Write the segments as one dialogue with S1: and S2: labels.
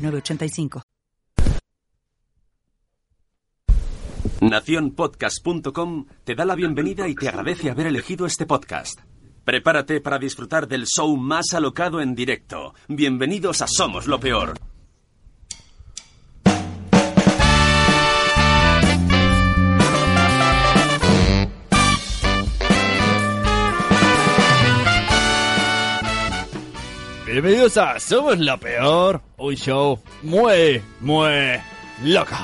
S1: 985.
S2: Nacionpodcast.com te da la bienvenida y te agradece haber elegido este podcast. Prepárate para disfrutar del show más alocado en directo. Bienvenidos a Somos lo Peor.
S3: Bienvenidos a Somos lo Peor, un show muy, muy loco.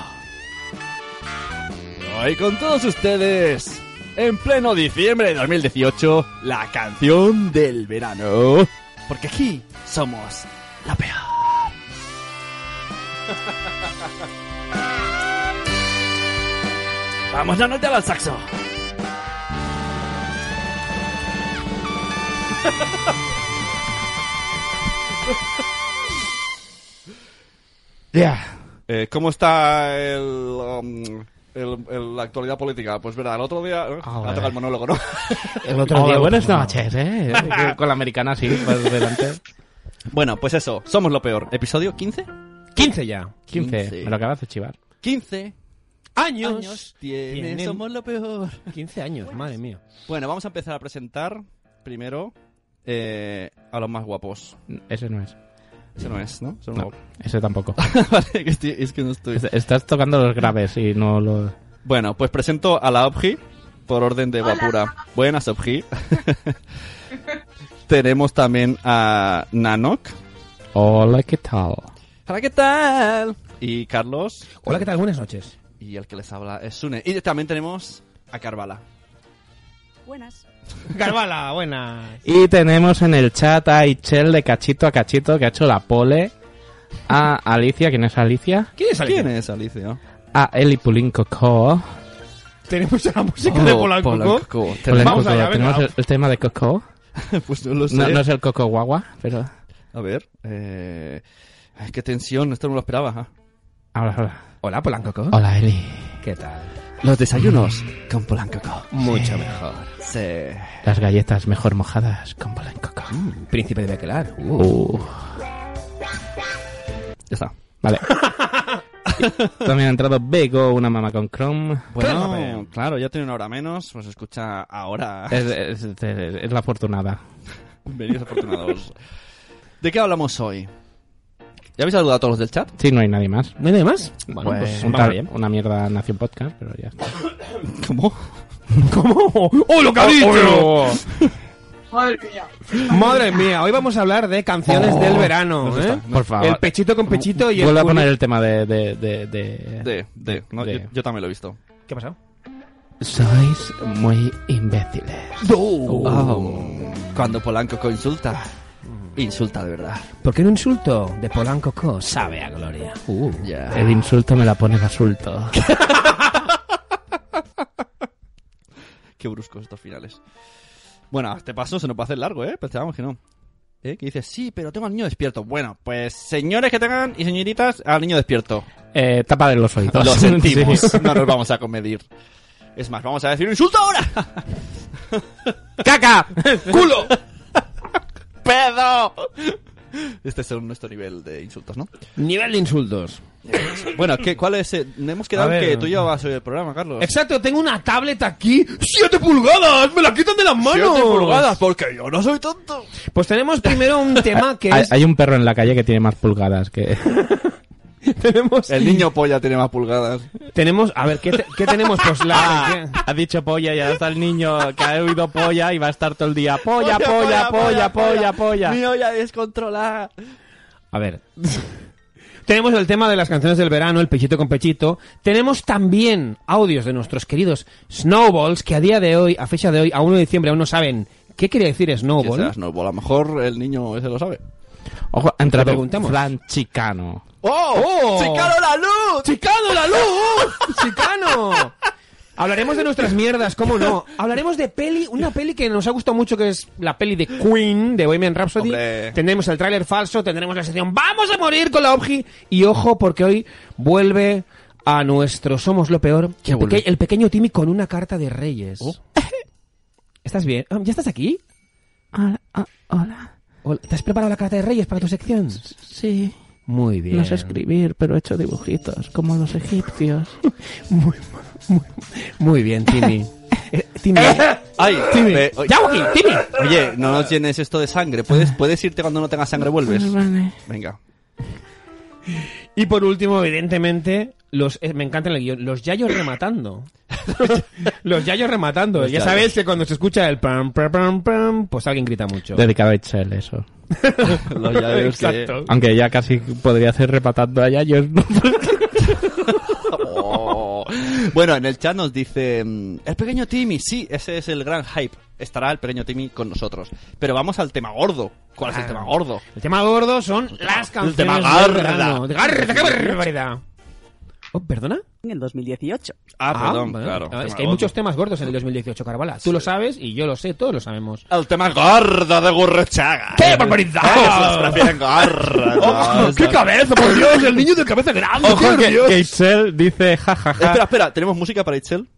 S3: Hoy con todos ustedes, en pleno diciembre de 2018, la canción del verano. Porque aquí somos lo peor. Vamos la nota al saxo. Ya.
S4: Eh, ¿Cómo está el, um, el- el- la actualidad política? Pues verdad, el otro día ¿no?
S5: Ah,
S4: ha
S5: vale.
S4: tocado el monólogo, ¿no?
S5: El otro
S3: Hola,
S5: día, buenas
S3: bueno.
S5: noches, ¿eh? Con la americana sí, por delante.
S3: Bueno, pues eso, somos lo peor. ¿Episodio 15?
S5: 15 ya. 15.
S3: 15.
S5: Me lo acabas de chivar.
S3: 15
S5: Años.
S3: tiene,
S5: tienen-
S3: somos lo peor.
S5: 15 años, madre mía.
S3: Bueno, vamos a empezar a presentar primero eh, a los más guapos.
S5: Ese no es.
S3: Ese no es, ¿no? Ese no.
S5: No, ese tampoco.
S3: vale, que estoy- es que no estoy.
S5: Est- Estás tocando los graves y no los...
S3: Bueno, pues presento a la Obji por orden de guapura. Buenas, Obji. Tenemos también a Nanok.
S5: Hola, ¿qué tal?
S3: Hola, ¿qué tal? Y Carlos.
S6: Hola, ¿qué tal? Buenas noches.
S3: Y el que les habla es Sune. Y también tenemos a Carvala.
S1: Buenas.
S6: Carvala, buenas.
S5: Y tenemos en el chat a Ichel de cachito a cachito que ha hecho la pole. A Alicia, ¿quién es Alicia?
S6: ¿Quién es
S3: ¿Quién
S6: alguien?
S3: es Alicia?
S5: A Eli Pulinko Co.
S6: Tenemos la música de
S3: Oh,
S6: Polanco.
S3: Polanco.
S5: Hola,
S6: Vamos
S5: Coco.
S6: allá, venga.
S5: Tenemos el, el tema de Coco.
S3: Pues no lo sé.
S5: No, no es el Coco Guagua, pero...
S3: A ver. Eh... ay, qué tensión, esto no lo esperaba. ajá.
S5: Ahora, ahora.
S6: Hola, Polanco.
S5: Hola, Eli.
S6: ¿Qué tal?
S3: Los desayunos con Polanco.
S6: Mucho mejor.
S3: Sí.
S5: Las galletas mejor mojadas con Polanco Co.
S6: Príncipe de Bequelar.
S5: Uh.
S3: Ya está.
S5: Vale. También ha entrado Bego, una mamá con Chrome.
S3: Bueno,
S6: Claro.
S3: eh, claro, ya tiene una hora menos, pues escucha ahora.
S5: Es, es- es- es la afortunada.
S3: Bienvenidos afortunados. ¿De qué hablamos hoy? ¿Ya habéis saludado a todos los del chat?
S5: Sí, no hay nadie más.
S6: ¿No hay nada más? Bueno,
S3: Pues,
S6: pues
S5: Un
S6: vamos
S5: tal-
S6: bien.
S5: una mierda Nación Podcast, pero ya está.
S3: ¿Cómo?
S6: ¿Cómo? ¡Oh, lo que ha dicho!
S7: Madre mía.
S6: Madre mía, hoy vamos a hablar de canciones
S5: Oh,
S6: del verano, ¿eh?
S5: Por favor.
S6: El pechito con pechito y el...
S5: Vuelvo a
S6: culi-
S5: poner el tema de... de, de, de-
S3: De, de. no,
S5: De.
S3: Yo, yo también lo he visto.
S6: ¿Qué ha pasado?
S5: Sois muy imbéciles.
S3: Ah, cuando Polanco consulta, insulta de verdad.
S6: Porque un insulto de Polanco Co sabe a gloria.
S3: Ya.
S5: El insulto me la pone basulto.
S3: Qué bruscos estos finales. Bueno, este paso se nos va a hacer largo, ¿eh? Pensábamos que no. ¿Eh? Que dices, sí, pero tengo al niño despierto. Bueno, pues señores que tengan y señoritas, al niño despierto.
S5: Eh, tapa de los oídos.
S3: Lo sentimos,
S5: Sí.
S3: no nos vamos a comedir. Es más, vamos a decir un insulto ahora.
S5: ¡Caca!
S3: ¡Culo! ¡Pedo! Este es nuestro nivel de insultos, ¿no?
S6: Nivel de insultos.
S3: Bueno, ¿qué, ¿cuál es? eh, Hemos quedado
S6: A ver.
S3: que tú ya vas a oír el programa, Carlos.
S6: Exacto, tengo una tablet aquí. ¡Siete pulgadas! ¡Me la quitan de las manos!
S3: ¡Siete pulgadas! Porque yo no soy tonto.
S6: Pues tenemos primero un tema que
S5: Hay,
S6: es...
S5: hay un perro en la calle que tiene más pulgadas que...
S6: tenemos...
S3: El niño polla tiene más pulgadas.
S6: Tenemos... A ver, ¿qué, te- qué tenemos? Pues la... ¿qué?
S5: Ha dicho polla y ahora está el niño que ha oído polla y va a estar todo el día polla, polla, polla, polla, polla.
S3: Mi olla descontrolada.
S6: A ver. Tenemos el tema de las canciones del verano, el pechito con pechito. Tenemos también audios de nuestros queridos Snowballs, que a día de hoy, a fecha de hoy, a 1 de diciembre, aún no saben qué quiere decir Snowball.
S3: Quizás no, a lo mejor el niño ese lo sabe.
S5: Ojo, entre
S6: Lo preguntamos.
S5: Franchicano.
S6: ¡Oh!
S8: ¡Chicano la luz!
S6: ¡Chicano la luz! ¡Chicano! Hablaremos de nuestras mierdas, cómo no. Hablaremos de peli, una peli que nos ha gustado mucho, que es la peli de Queen, de Bohemian Rhapsody.
S8: Hombre.
S6: Tendremos el tráiler falso, tendremos la sección ¡Vamos a morir con la OBGI! Y ojo, porque hoy vuelve a nuestro Somos lo Peor, el,
S5: vuelve?
S6: peque- el pequeño Timmy con una carta de Reyes. ¿Estás bien? Ah, ¿Ya estás aquí?
S5: Hola, ah, hola.
S6: Hola, ¿Te has preparado la carta de Reyes para tu sección?
S5: Sí.
S6: Muy bien.
S5: escribir, pero he hecho dibujitos, como los egipcios.
S6: Muy, muy, muy bien, Timmy. Eh, Timmy.
S3: ¡Ay!
S6: Timmy.
S3: eh, oye-
S6: ¡Ya, Joaquín, Timmy!
S3: Oye, no nos llenes esto de sangre. ¿Puedes, puedes irte cuando no tengas sangre, vuelves. Venga.
S6: Y por último, evidentemente, los eh, me encanta el guión, los yayos rematando. los yayos rematando.
S3: Los
S6: ya
S3: yayos.
S6: sabéis que cuando se escucha el pam, pam, pam, pam, pues alguien grita mucho.
S5: Dedicado a Itzel, eso.
S3: Los llaveros que-
S6: Exacto.
S5: Aunque ya casi podría hacer repatando a Yayos.
S3: Oh. Bueno, en el chat nos dice mm, el pequeño Timmy, sí, ese es el gran hype. Estará el pequeño Timmy con nosotros. Pero vamos al tema gordo. ¿Cuál es el
S6: Ah.
S3: tema gordo?
S6: El tema gordo son las canciones.
S3: tema
S6: del
S3: garra.
S6: verano. ¡Garra, qué barbaridad! Oh, ¿Perdona?
S9: en el 2018.
S3: Ah, perdón,
S6: bueno.
S3: claro.
S6: Ah, Es
S3: tema
S6: que hay
S3: gordo.
S6: muchos temas gordos en el 2018, Carvala. Tú lo sabes y yo lo sé, todos lo sabemos.
S3: El tema gordo de Gurrechaga.
S6: ¡Qué barbaridad! Oh,
S3: gordo!
S6: cabeza, por Dios! El niño de cabeza grande,
S3: Ojo, que- Este- que-
S5: Itzel dice jajaja.
S3: Espera, espera, ¿tenemos música para Itzel?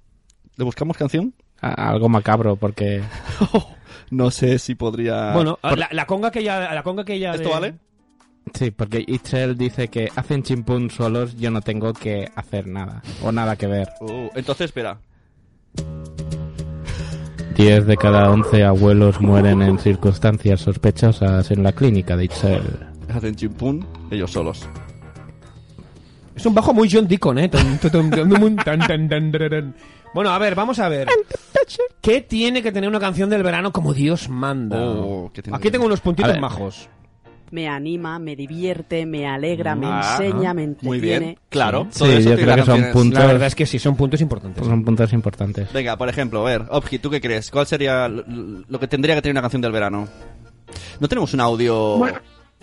S3: ¿Le buscamos canción?
S5: Algo macabro, porque.
S3: no sé si podría.
S6: Bueno, ah, la, la conga que ya... La conga que ya
S3: ¿Esto
S6: de-
S3: vale?
S5: Sí, porque Itzel dice que hacen chimpún solos, yo no tengo que hacer nada. O nada que ver.
S3: Oh, entonces, espera.
S5: 10 de cada 11 abuelos mueren en circunstancias sospechosas en la clínica de Itzel.
S3: Hacen chimpún ellos solos.
S6: Es un bajo muy John Deacon, ¿eh? Tum, tu, tum, tum, tum, tan, tan, tan, tararán. Bueno, a ver, vamos a ver. ¿Qué tiene que tener una canción del verano como Dios manda?
S3: Oh, ¿qué tiene
S6: Aquí
S3: que
S6: tengo
S3: tener?
S6: unos puntitos
S5: ver.
S6: majos.
S9: Me anima, me divierte, me alegra, me
S3: Ah,
S9: enseña, me
S3: Muy
S9: entretiene.
S3: bien, claro.
S5: Sí,
S3: todo eso
S5: yo
S3: tiene
S5: creo que son
S3: canciones.
S5: puntos.
S6: La verdad es que sí, son puntos importantes.
S5: Pues Son puntos importantes.
S3: Venga, por ejemplo, a ver, Opki, ¿tú qué crees? ¿Cuál sería l- l- lo que tendría que tener una canción del verano? No tenemos un audio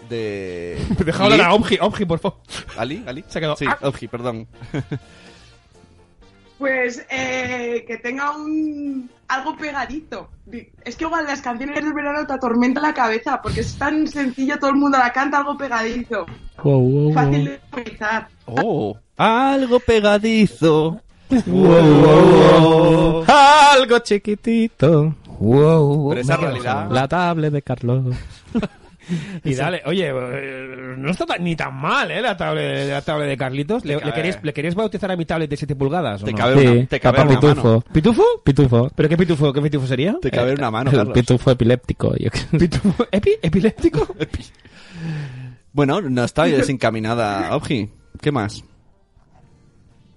S3: de.
S6: Deja hablar
S3: ¿Ali?
S6: a Omji, Omji, por favor.
S3: ¿Ali? ¿Ali?
S6: Se ha quedado-
S3: Sí,
S6: Ah.
S3: Opki, perdón.
S7: Pues eh, que tenga un algo pegadito. Es que igual las canciones del verano te atormenta la cabeza porque es tan sencillo, todo el mundo la canta algo pegadito.
S5: Wow, wow,
S7: Fácil
S5: wow.
S7: de memorizar.
S3: Oh, algo pegadizo.
S5: Algo chiquitito.
S3: Pero esa realidad.
S5: La tablet de Carlos.
S6: Y dale, oye, eh, no está tan- ni tan mal, ¿eh? La tablet, la tablet de Carlitos. ¿Le,
S3: cabe.
S6: le queréis, ¿Le queréis bautizar a mi tablet de 7 pulgadas? o
S3: Te
S6: no?
S3: cabe
S5: Sí,
S3: una, te cabe
S5: papá
S3: una mano.
S5: pitufo.
S6: ¿Pitufo?
S5: Pitufo.
S6: ¿Pero qué pitufo, qué pitufo sería?
S3: Te cabe una mano,
S5: El
S3: Carlos.
S5: pitufo epiléptico. yo qué sé.
S6: ¿Pitufo? ¿Epi? ¿Epiléptico?
S3: Bueno, no está desencaminada, Opki. ¿Qué más?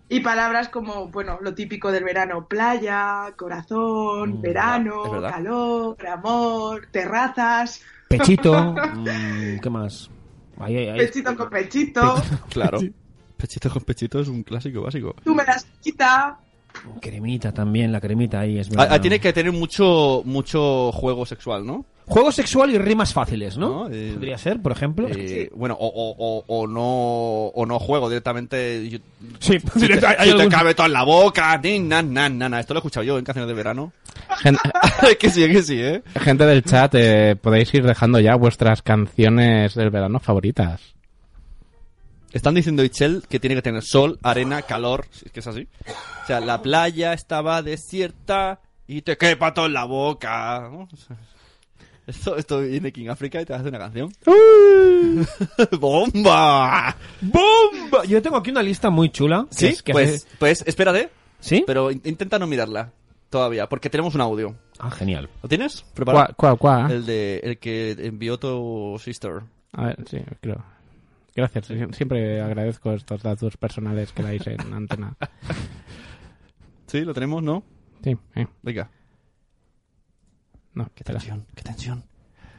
S7: Y palabras como, bueno, lo típico del verano, playa, corazón,
S3: es
S7: verano,
S3: verdad.
S7: calor, amor, terrazas,
S6: Pechito. Mm, ¿Qué más? Ahí, ahí, ahí.
S7: pechito con pechito,
S3: Claro. Pechito con pechito es un clásico básico.
S7: tú me das quita.
S6: Cremita también, la cremita ahí es
S3: Ah,
S6: verdad.
S3: ah, tiene que tener mucho, mucho juego sexual, ¿no?
S6: Juego sexual y rimas fáciles, ¿no?
S3: No, eh,
S6: Podría ser, por ejemplo.
S3: Eh, Bueno, o, o- o- o no, o no juego directamente. yo-
S6: sí,
S3: Si te,
S6: directo, hay- hay
S3: si te
S6: algún-
S3: cabe todo en la boca, ni, na, na, na, na. Esto lo he escuchado yo en canciones de verano.
S5: Gen-
S3: que sí, que sí, ¿eh?
S5: Gente del chat, eh, podéis ir dejando ya vuestras canciones del verano favoritas.
S3: Están diciendo Itzel que tiene que tener sol, arena, calor. si Es que es así. O sea, la playa estaba desierta y te quepa todo en la boca. ¿no? O sea, Esto, esto viene King Africa y te hace una canción. ¡Bomba!
S6: ¡Bomba! Yo tengo aquí una lista muy chula. que
S3: Sí,
S6: es- que
S3: pues,
S6: hace-
S3: pues espérate,
S6: ¿Sí?
S3: pero in- intenta no mirarla todavía, porque tenemos un audio.
S6: Ah, genial.
S3: ¿Lo tienes? ¿Preparado?
S5: ¿Cuál, cuál, cuál?
S3: El de el que envió tu sister.
S5: A ver, sí, creo. Gracias, sí, siempre agradezco estos datos personales que dais en antena.
S3: Sí, lo tenemos, ¿no?
S5: Sí, eh,
S3: Venga.
S5: no,
S3: Qué
S5: espera.
S3: tensión, qué tensión,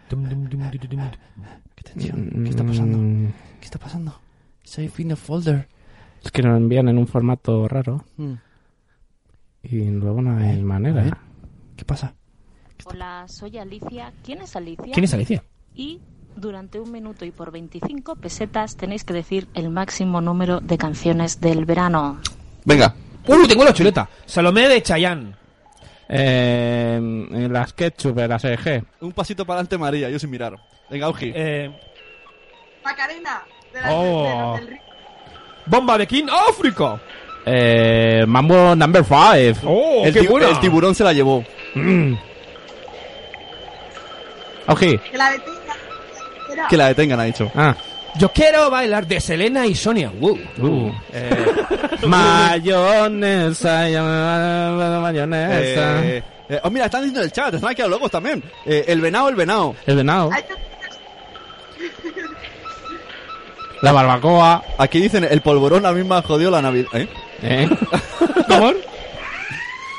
S6: Dum, dum, dum, dum, dum, dum.
S3: qué tensión. ¿Qué está pasando?
S5: Mm,
S3: ¿Qué está pasando? Save in the folder.
S5: Es que lo envían en un formato raro
S3: Mm,
S5: y luego no hay
S3: a ver.
S5: manera.
S3: ¿Qué pasa?
S10: Hola, soy Alicia. ¿Quién es Alicia?
S6: ¿Quién es Alicia?
S10: Y
S11: Durante un minuto y por 25 pesetas tenéis que decir el máximo número de canciones del verano.
S12: Venga.
S6: ¡Uh, tengo la chuleta! Salomé de Chayán.
S5: Eh, las ketchup, las E EG.
S3: Un pasito para adelante, María, yo sin mirar. Venga, Uji.
S6: Eh,
S7: Macarena, de la
S6: Oh.
S7: de los del río.
S6: bomba de King África.
S5: Eh, mambo number 5.
S6: ¡Oh,
S3: el,
S6: qué
S3: tibu-
S6: buena!
S3: el tiburón se la llevó.
S5: Oji.
S7: Que la de Tina, era-
S3: Que la detengan, ha dicho.
S5: Ah.
S6: Yo quiero bailar de Selena y Sonia. Wow.
S5: Uh. mayonesa, ya- mayonesa.
S3: Eh, eh, oh, mira, están diciendo en el chat, están aquí los locos también. Eh, el venado, el venado.
S5: El venado,
S7: Hay tantas-
S5: la barbacoa.
S3: Aquí dicen, el polvorón a mí me ha jodido la Navidad. ¿Eh?
S5: ¿eh?
S6: ¿Cómo?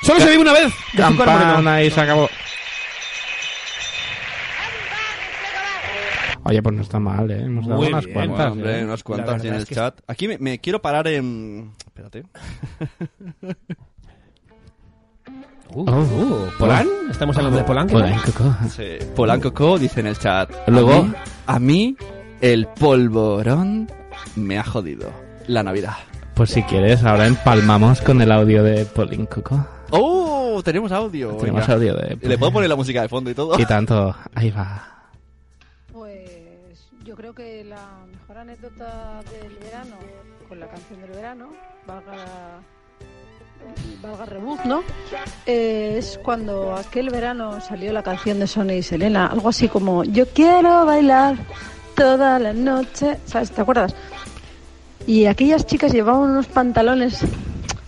S6: Solo se vive una vez. De azúcar moreno.
S5: Campana y se acabó. Oye, pues no está mal, ¿eh? Hemos dado
S6: Muy
S5: unas
S6: bien,
S5: cuantas.
S3: Bueno, hombre,
S5: ¿eh?
S3: unas
S6: La
S3: cuantas
S6: verdad
S3: en el
S6: es que
S3: chat. Aquí me, me quiero parar en... Espérate.
S6: Uh, uh, ¿Polán? ¿Estamos hablando de Polán?
S5: Joder, coco.
S3: Sí, Polanco Co dice en el chat.
S5: Luego-
S3: A mí, a mí, el polvorón me ha jodido la Navidad.
S5: Pues si quieres, ahora empalmamos con el audio de Polín Coco.
S3: ¡Oh! Tenemos audio.
S5: Tenemos
S3: Venga.
S5: audio de
S3: Le puedo poner la música de fondo y todo.
S5: Y tanto, ahí va.
S11: Pues yo creo que la mejor anécdota del verano, con la canción del verano, valga, valga rebuz, ¿no? Eh, es cuando aquel verano salió la canción de Sonia y Selena, algo así como Yo quiero bailar toda la noche, ¿sabes? ¿Te acuerdas? Y aquellas chicas llevaban unos pantalones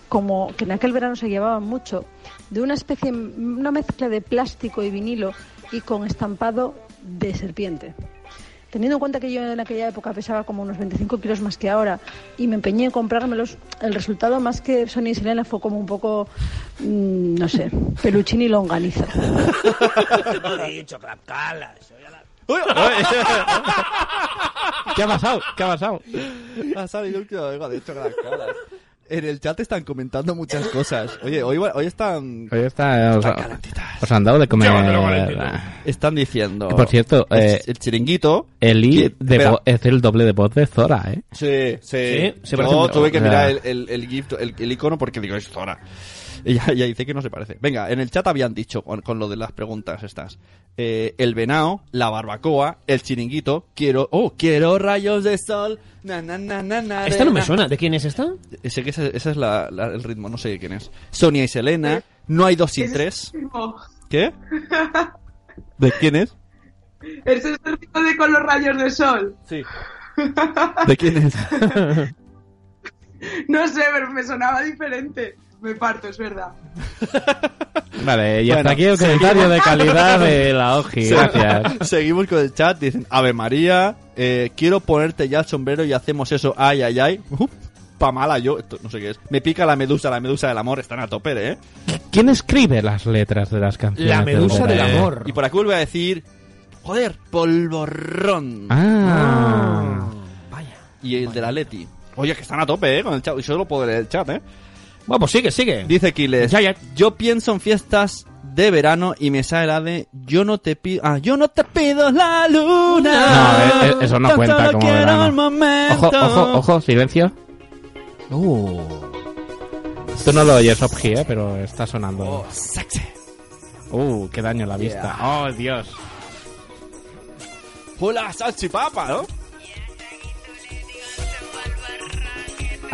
S11: como que en aquel verano se llevaban mucho, de una especie, una mezcla de plástico y vinilo y con estampado de serpiente. Teniendo en cuenta que yo en aquella época pesaba como unos 25 kilos más que ahora y me empeñé en comprármelos, el resultado más que Sonia y Selena fue como un poco, mm, no sé, peluchín y longaniza.
S3: ¡Uy! ¡Uy!
S5: ¿Qué ha pasado? ¿Qué ha pasado?
S3: ha salido el tío, oiga, de hecho, las caras. En el chat están comentando muchas cosas. Oye, hoy, hoy están...
S5: Hoy está, eh, os,
S3: calentitas.
S5: os han dado de comer. eh,
S3: Están diciendo...
S5: Que, por cierto,
S3: el,
S5: eh,
S3: el chiringuito...
S5: Eli
S3: Que-
S5: de
S3: espera.
S5: vo- es el doble de voz de Zora, ¿eh?
S3: Sí, sí.
S6: Sí, se
S3: Yo
S6: parece mucho.
S3: tuve que
S5: Ah.
S3: mirar el, el, el GIF, el, el icono, porque digo, es Zora. Ella, ella dice que no se parece. Venga, en el chat habían dicho, con, con lo de las preguntas estas, eh, el venao, la barbacoa, el chiringuito, quiero, oh, quiero rayos de sol, na, na, na, na, na,
S6: Esta no me
S3: na.
S6: suena. ¿De quién es esta?
S3: Sé que ese, ese es la, la- el ritmo, no sé quién es. Sonia y Selena, no hay dos sin
S7: Ese
S3: tres.
S7: es el ritmo.
S3: ¿Qué? ¿De quién es?
S7: Ese es el ritmo de con los rayos de sol.
S3: Sí. ¿De quién es?
S7: No sé, pero me sonaba diferente. Me parto, es verdad.
S5: Vale, y hasta
S3: Bueno,
S5: aquí el comentario de calidad de la Oji. Gracias.
S3: Seguimos con el chat, dicen Ave María, eh, quiero ponerte ya el sombrero y hacemos eso, ay, ay, ay. Uh, pa mala yo, esto no sé qué es. Me pica la medusa, la medusa del amor, están a tope, ¿eh?
S5: ¿Quién escribe las letras de las canciones?
S6: La medusa
S5: Zora?
S6: del
S3: Eh,
S6: amor.
S3: Y por aquí vuelve a decir, joder, polvorrón.
S5: Ah.
S6: Vaya.
S3: Y el de la Leti. Oye, que están a tope, ¿eh? Con el chat, y solo puedo leer el chat, ¿eh?
S6: Bueno, pues sigue, sigue.
S3: Dice Quiles,
S6: Ya, ya.
S3: yo pienso en fiestas de verano y me sale la de yo no te pido ah, yo no te pido la luna
S5: No, eh, eh, eso no
S3: Tan
S5: cuenta
S3: solo
S5: como
S3: quiero
S5: verano.
S3: el momento.
S5: Ojo, ojo, ojo, silencio.
S6: Uh.
S5: Tú no lo oyes, Opji, ¿eh? pero está sonando.
S3: sexy.
S5: Uh, qué daño en la vista. Oh, Dios.
S3: Hola, salchipapa, ¿no?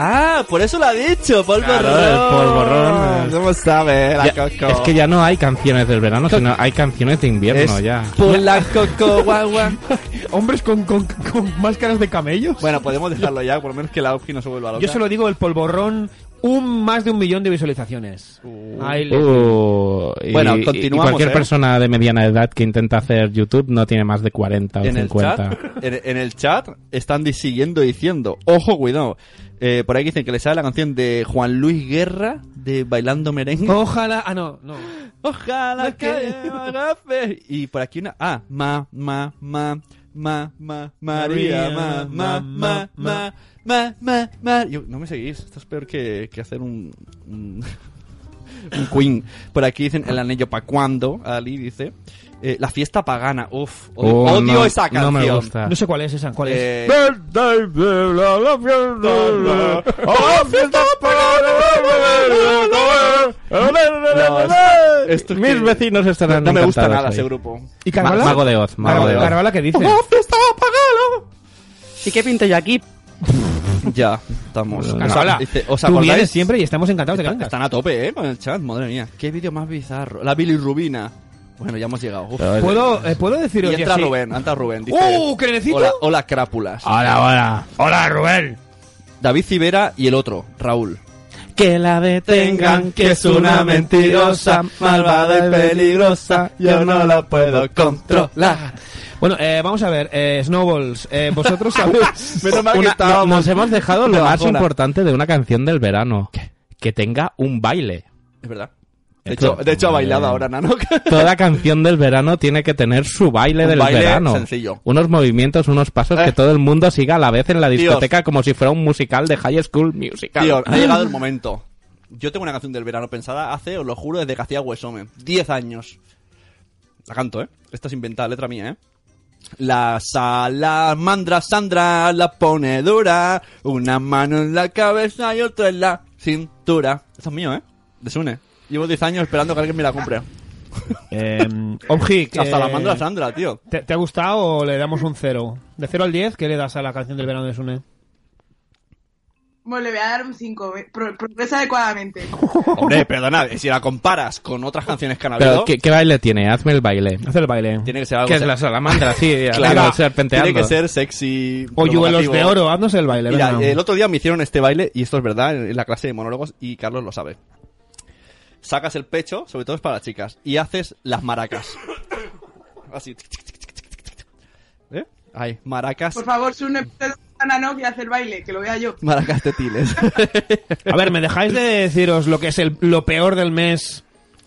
S3: Ah, por eso lo ha dicho, polvorrón.
S5: Claro, el polvorrón.
S3: ¿Cómo sabe eh, la
S5: Ya-
S3: coco?
S5: es que ya no hay canciones del verano, sino hay canciones de invierno
S3: Es
S5: ya.
S3: por la coco guagua.
S6: Hombres con, con, con máscaras de camellos.
S3: bueno, podemos dejarlo ya, por lo menos que la Oji no se vuelva loca.
S6: Yo solo digo el polvorrón, un más de un millón de visualizaciones. Ahí le-
S5: Uh, y-
S3: Bueno,
S5: y- y
S3: continuamos,
S5: cualquier
S3: ¿eh?
S5: persona de mediana edad que intenta hacer YouTube no tiene más de 40 o
S3: en el,
S5: 50.
S3: chat, en, en el chat están di- siguiendo diciendo, ojo, cuidado. Eh, por ahí dicen que le sale la canción de Juan Luis Guerra de Bailando Merengue.
S6: Ojalá. Ah, no, no.
S3: Ojalá que abrace. Y por aquí una. Ah, ma, ma, ma, ma, ma, María, ma, ma, ma, ma, ma, ma, ma. Yo- no me seguís. Esto es peor que, que hacer un. un- Un queen. Por aquí dicen el anillo pa' cuando. Ali dice. eh, la fiesta pagana. Uf.
S5: Oh,
S3: odio
S5: no,
S3: esa canción.
S5: No me gusta.
S6: No sé cuál es esa, cuál es.
S3: Eh, Esto es
S5: Mis
S3: que-
S5: vecinos estarán
S3: No me gusta
S5: encantados
S3: nada
S5: ahí.
S3: ese grupo.
S6: ¿Y
S5: Ma-
S6: Carvala?
S5: Mago de Oz, Mago de Oz.
S6: Carvala, ¿qué dice?
S3: fiesta pagana!
S9: ¿Y qué pinto yo aquí?
S3: Ya, estamos.
S6: Carvala,
S3: Dice, ¿os
S6: Pues tú
S3: acordáis?
S6: vienes siempre y estamos encantados de que
S3: Está-
S6: vengas.
S3: están a tope, eh, con el chat, madre mía. Qué vídeo más bizarro. La bilirrubina. Bueno, ya hemos llegado. Uf.
S6: ¿Puedo, eh, ¿Puedo
S3: Y
S6: deciros
S3: entra
S6: así?
S3: Rubén, entra Rubén. Dice,
S6: ¡Uh, Ah. crenecito!
S3: Hola, hola, crápulas.
S5: Hola, hola. Hola, Rubén.
S3: David Civera y el otro, Raúl.
S5: Que la detengan, que es una mentirosa, malvada y peligrosa. Yo no la puedo controlar.
S6: Bueno, eh, vamos a ver, eh, Snowballs, eh, vosotros sabéis...
S3: Menos mal que
S5: Una- no,
S3: estábamos-
S5: nos hemos dejado
S3: de
S5: lo más
S3: bajona.
S5: importante de una canción del verano. Que tenga un baile.
S3: Es verdad. De
S5: Esto-
S3: hecho, de hecho ha bailado
S5: Eh.
S3: ahora, Nano.
S5: Toda canción del verano tiene que tener su baile
S3: Un
S5: del
S3: baile
S5: verano.
S3: sencillo.
S5: Unos movimientos, unos pasos
S3: Eh.
S5: que todo el mundo siga a la vez en la
S3: Dios.
S5: discoteca como si fuera un musical de High School Musical.
S3: Tío, ha llegado el momento. Yo tengo una canción del verano pensada hace, os lo juro, desde que hacía Huesome. 10 años. La canto, ¿eh? Esta es inventada, letra mía, ¿eh? La salamandra Sandra la pone dura. Una mano en la cabeza y otra en la cintura. Esto es mío, ¿eh? Desune. Llevo 10 años esperando que alguien me la compre.
S6: Eh, Omji, que-
S3: La ¿eh? salamandra Sandra, tío.
S6: ¿Te, te ha gustado o le damos un cero? De cero al diez, ¿qué le das a la canción del verano de Sune?
S7: Bueno, le voy a dar un 5. Progresa adecuadamente.
S3: Hombre, perdona, si la comparas con otras canciones que han
S5: Pero,
S3: habido,
S5: ¿qué, qué baile tiene? Hazme el baile.
S6: Hace el baile.
S3: tiene que ser algo.
S5: Que es
S3: se-
S5: la salamandra, sí,
S3: Claro,
S5: claro, serpenteando.
S3: tiene que ser sexy.
S6: O Yuelos
S3: provocativo.
S6: de Oro, haznos el baile,
S3: Mira, eh,
S6: venga.
S3: el otro día me hicieron este baile, y esto es verdad, en en la clase de monólogos, y Carlos lo sabe. Sacas el pecho, sobre todo es para las chicas, y haces las maracas. Así. tic, tic, tic, tic, tic, tic, tic. ¿Eh? Ahí, maracas.
S7: Por favor, Sune, puedes a Nano que hace el baile, que lo vea yo.
S3: Maracas tetiles.
S6: ¿Este A ver, ¿me dejáis de deciros lo que es el, lo peor del mes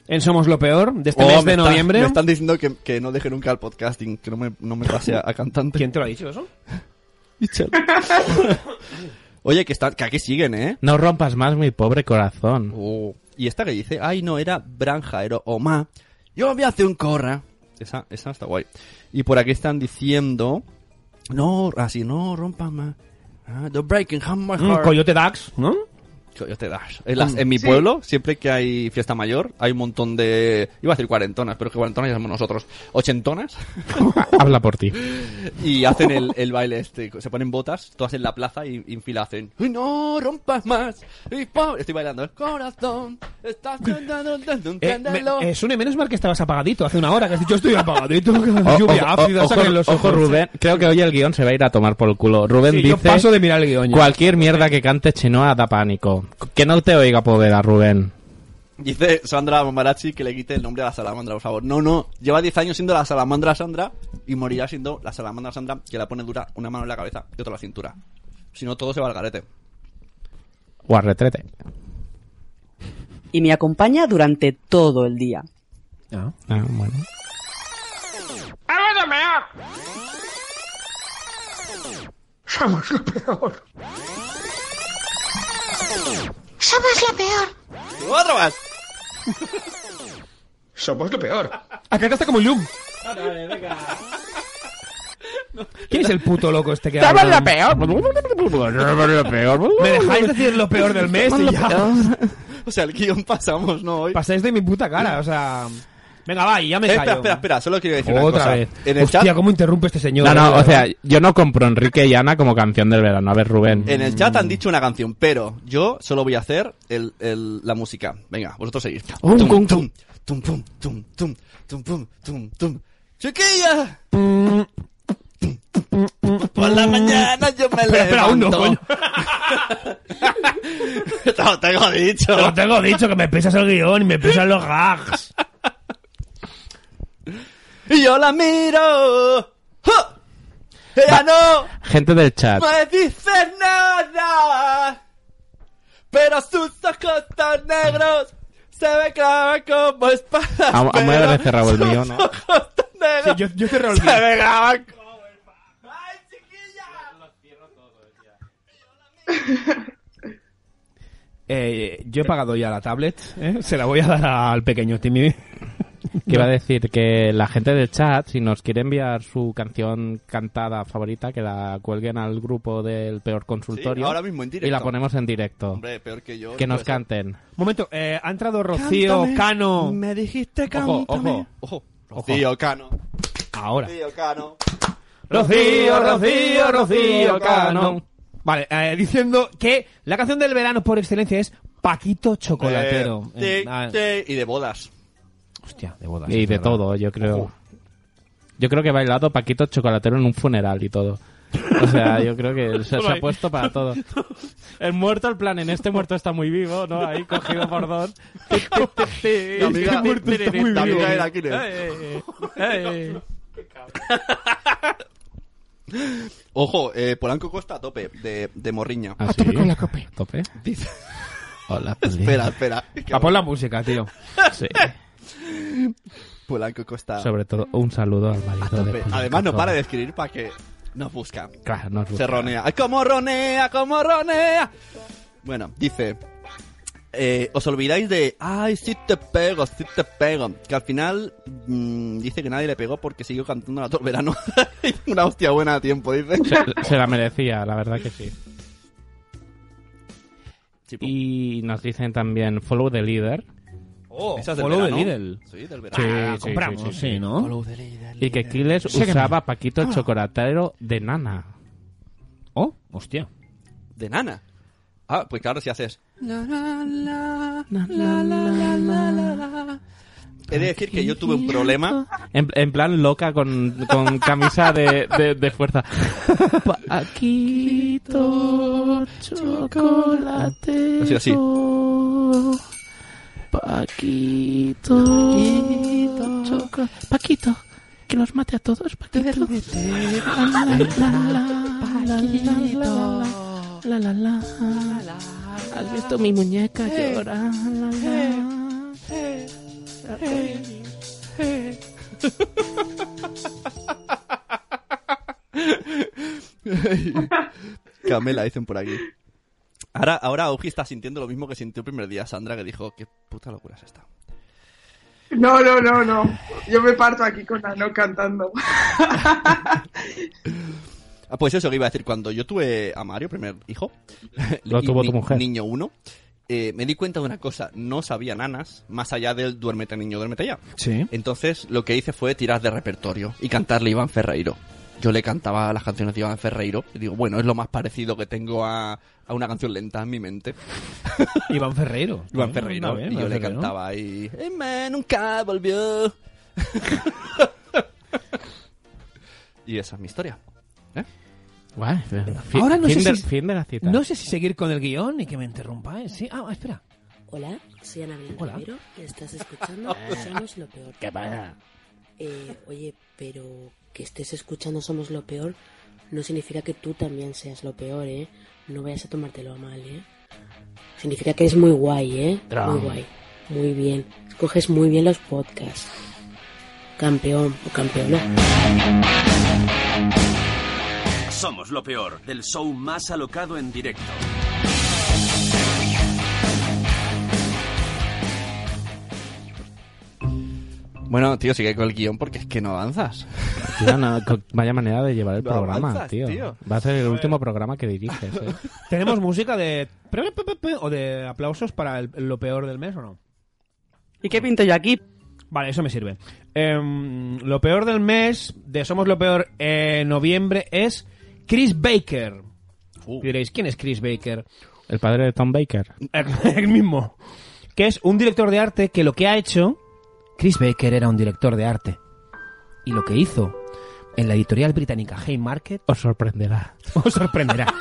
S6: en Somos lo Peor? De este
S3: Oh,
S6: mes
S3: me
S6: de
S3: está-
S6: noviembre.
S3: me están diciendo que, que no deje nunca el podcasting, que no me, no me pase a, a cantante.
S6: ¿Quién te lo ha dicho eso?
S3: Michel. Oye, que, están, que aquí siguen, ¿eh?
S5: No rompas más mi pobre corazón.
S3: Oh. Y esta que dice, ay, no, era Branja, era Oma. Yo me hace un corra. Esa, esa está guay. Y por aquí están diciendo, no, así, no, rompa más. Ah, the breaking hammer
S6: Mm, Coyote Dax, ¿no?
S3: Coyote Dash. En, las- en mi pueblo, siempre que hay fiesta mayor, hay un montón de... Iba a decir cuarentonas, pero es que cuarentonas ya somos nosotros. Ochentonas.
S5: Habla por ti.
S3: Y hacen el, el baile este. Se ponen botas, todas en la plaza y y en fila hacen. "Uy, no rompas más! y pa- Estoy bailando. El corazón está tratando de
S6: Eh, me-
S3: entenderlo".
S6: eh, Sune, menos mal que estabas apagadito hace una hora, que has dicho estoy apagadito, que
S3: Oh,
S6: la lluvia
S5: Ojo,
S6: ácida,
S5: ojo,
S6: saquen los
S5: ojo,
S6: ojos.
S5: Rubén. Creo que hoy el guión se va a ir a tomar por el culo. Rubén
S6: Sí,
S5: dice...
S6: yo paso de mirar el guión. ya.
S5: Cualquier mierda que cante Chenoa da pánico. Que no te oiga Poveda, Rubén.
S3: Dice Sandra Mamarachi que le quite el nombre a la salamandra, por favor. No, no. Lleva 10 años siendo la salamandra Sandra y morirá siendo la salamandra Sandra que la pone dura una mano en la cabeza y otra en la cintura. Si no, todo se va al garete.
S5: O a retrete.
S9: Y me acompaña durante todo el día.
S6: Ah.
S5: Ah, bueno.
S3: ¡Otro más!
S6: Ah, Acá está como Yum. ¿Quién es el puto loco este que habla? ¿Me dejáis decir lo peor del mes y ya?
S3: O sea, el guión pasamos, ¿no? Hoy.
S6: Pasáis de mi puta cara, o sea... Venga, va, y ya me
S3: Eh,
S6: callo.
S3: espera, espera, espera. Solo quiero decir una
S6: Otra
S3: cosa.
S6: vez.
S3: En el
S6: Hostia,
S3: chat
S6: cómo interrumpe este señor.
S5: No,
S6: eh,
S5: no, o
S6: ¿verdad?
S5: sea, yo no compro Enrique y Ana como canción del verano. A ver, Rubén.
S3: En el
S6: Mm.
S3: chat han dicho una canción, pero yo solo voy a hacer el, el- la música. Venga, vosotros seguís.
S5: Um, um,
S3: tum, tum, tum, tum, tum, tum, tum, tum, tum. ¡Chiquilla! Por la
S6: Mm.
S3: mañana yo me levanto.
S6: Espera, espera, aún no, coño.
S3: Te lo tengo dicho.
S6: Te lo tengo dicho, que me pesas el guión y me pesan los gags.
S3: Y yo la miro. ¡Ja! ¡Ella no!
S5: Gente del chat.
S3: me dice nada, pero sus ojos tan negros se me clavan como espadas.
S5: A- a
S3: pero
S5: modo de cerrado el
S3: sus
S5: mío, ¿no?
S3: ojos tan negros
S6: Sí, yo- yo he cerrado el
S3: se
S6: mío.
S3: me clavan como espadas. ¡Ay, chiquilla!
S6: Eh, yo he pagado ya la tablet, ¿eh? se la voy a dar al pequeño Timmy.
S5: Que iba a decir que la gente del chat, si nos quiere enviar su canción cantada favorita, que la cuelguen al grupo del peor consultorio.
S3: Sí, ahora mismo en directo.
S5: Y la ponemos en directo.
S3: Hombre, peor que yo.
S5: que
S3: no
S5: nos
S3: puede ser.
S5: canten.
S6: Momento, eh, ha entrado Rocío, Cano.
S8: Me dijiste
S13: Ojo, ojo,
S3: Ojo. Rocío Cano.
S6: Ahora.
S3: Rocío Cano.
S6: Rocío, Rocío, Rocío Cano. Vale, eh, diciendo que la canción del verano por excelencia es Paquito Chocolatero.
S3: Eh,
S6: Eh, ah,
S3: sí, sí. Y de bodas.
S6: Hostia, de bodas.
S5: Y
S6: es
S5: de
S6: verdad.
S5: todo, yo creo. Yo creo que ha bailado Paquito Chocolatero en un funeral y todo. O sea, yo creo que se, se ha puesto para todo. El muerto, el plan, en este muerto está muy vivo, ¿no? Ahí cogido por dos.
S3: La amiga, la amiga era Aquiles.
S6: Eh,
S3: Ojo, eh, Polanco Costa a tope de, de morriña.
S5: ¿Ah, A tope con la cope. ¿Tope?
S3: Dice-
S5: Hola,
S3: espera, espera.
S6: Ah, pon la música, tío.
S5: Sí.
S3: Polanco Costa.
S5: Sobre todo, un saludo al marido
S3: a
S5: de
S3: tope.
S5: Julián
S3: Además, no
S5: Cazorla.
S3: para de escribir para que nos busca.
S5: Claro, no os gusta.
S3: Se ronea. ¡Ay, cómo ronea! ¡Cómo ronea! Bueno, dice. eh, os olvidáis de. ¡Ay, sí te pego! ¡Sí te pego! Que al final mm, dice que nadie le pegó porque siguió cantando la todo el verano. Una hostia buena a tiempo, dice.
S5: Se, se la merecía, la verdad que sí. Y nos dicen también Follow the Leader.
S6: Oh,
S3: Esa es del
S6: follow the
S3: verano.
S6: Lidl.
S3: Sí, del verano.
S6: Ah,
S5: Sí, sí,
S6: compramos, sí,
S5: sí, sí.
S6: ¿no?
S5: Y que Kiles usaba Paquito
S6: Ah.
S5: Chocolatero de nana.
S6: Oh, hostia.
S3: De nana. Ah, pues claro, si haces. He de decir que yo tuve un problema.
S5: En, en plan loca con, con camisa de, de, de fuerza. Paquito Chocolatero.
S3: Así, así.
S5: Paquito. Choco- Paquito. Que los mate a todos, Paquito. La, la, la. ¿Has visto mi muñeca llorar? La, la.
S3: Camela, dicen por aquí. Ahora, ahora Augie está sintiendo lo mismo que sintió el primer día Sandra, que dijo, qué puta locura es esta.
S7: No, no, no, no. Yo me parto aquí con Ano cantando.
S3: Ah, pues eso que iba a decir, cuando yo tuve a Mario, primer hijo,
S5: Lo
S3: y
S5: tuvo tu mujer.
S3: niño uno, eh, me di cuenta de una cosa, no sabía nanas, más allá del duérmete niño, duérmete ya.
S6: Sí.
S3: Entonces lo que hice fue tirar de repertorio y cantarle a Iván Ferreiro. Yo le cantaba las canciones de Iván Ferreiro y digo, bueno, es lo más parecido que tengo a, a una canción lenta en mi mente.
S6: Iván Ferreiro.
S3: Iván
S6: Eh,
S3: Ferreiro.
S6: anda bien,
S3: y yo
S6: Iván
S3: le
S6: Ferreiro.
S3: cantaba ahí, Emma nunca volvió. y esa es mi historia.
S5: Guay. Fin-
S6: Ahora no sé
S5: eh, fin de-
S6: si-
S5: fin de la cita.
S6: No sé si seguir con el guión y que me interrumpa, ¿eh? Sí, ah, espera.
S14: Hola, soy Ana Belén
S6: Hola.
S14: Romero y estás escuchando Somos lo Peor.
S5: ¿Qué pasa?
S14: Eh, oye, pero que estés escuchando Somos lo Peor no significa que tú también seas lo peor, ¿eh? No vayas a tomártelo a mal, ¿eh? Significa que es muy guay, ¿eh?
S5: Drum.
S14: Muy guay. Muy bien. Escoges muy bien los podcasts. Campeón o campeona.
S2: Somos lo peor del show más alocado en directo.
S3: Bueno, tío, sigue con el guión porque es que no avanzas.
S5: Tío, no, co- vaya manera de llevar el
S3: No
S5: programa,
S3: avanzas,
S5: tío.
S3: tío.
S5: Va a ser el último programa que diriges, ¿eh?
S6: ¿Tenemos música de... o de aplausos para el- lo peor del mes o no?
S9: ¿Y qué pinto yo aquí?
S6: Vale, eso me sirve. Em, lo peor del mes de Somos lo Peor en noviembre es Chris Baker.
S3: Uh.
S6: Y diréis, ¿quién es Chris Baker?
S5: El padre de Tom Baker.
S6: El, el mismo. Que es un director de arte que lo que ha hecho... Chris Baker era un director de arte. Y lo que hizo en la editorial británica Haymarket
S5: Os sorprenderá.
S6: os sorprenderá.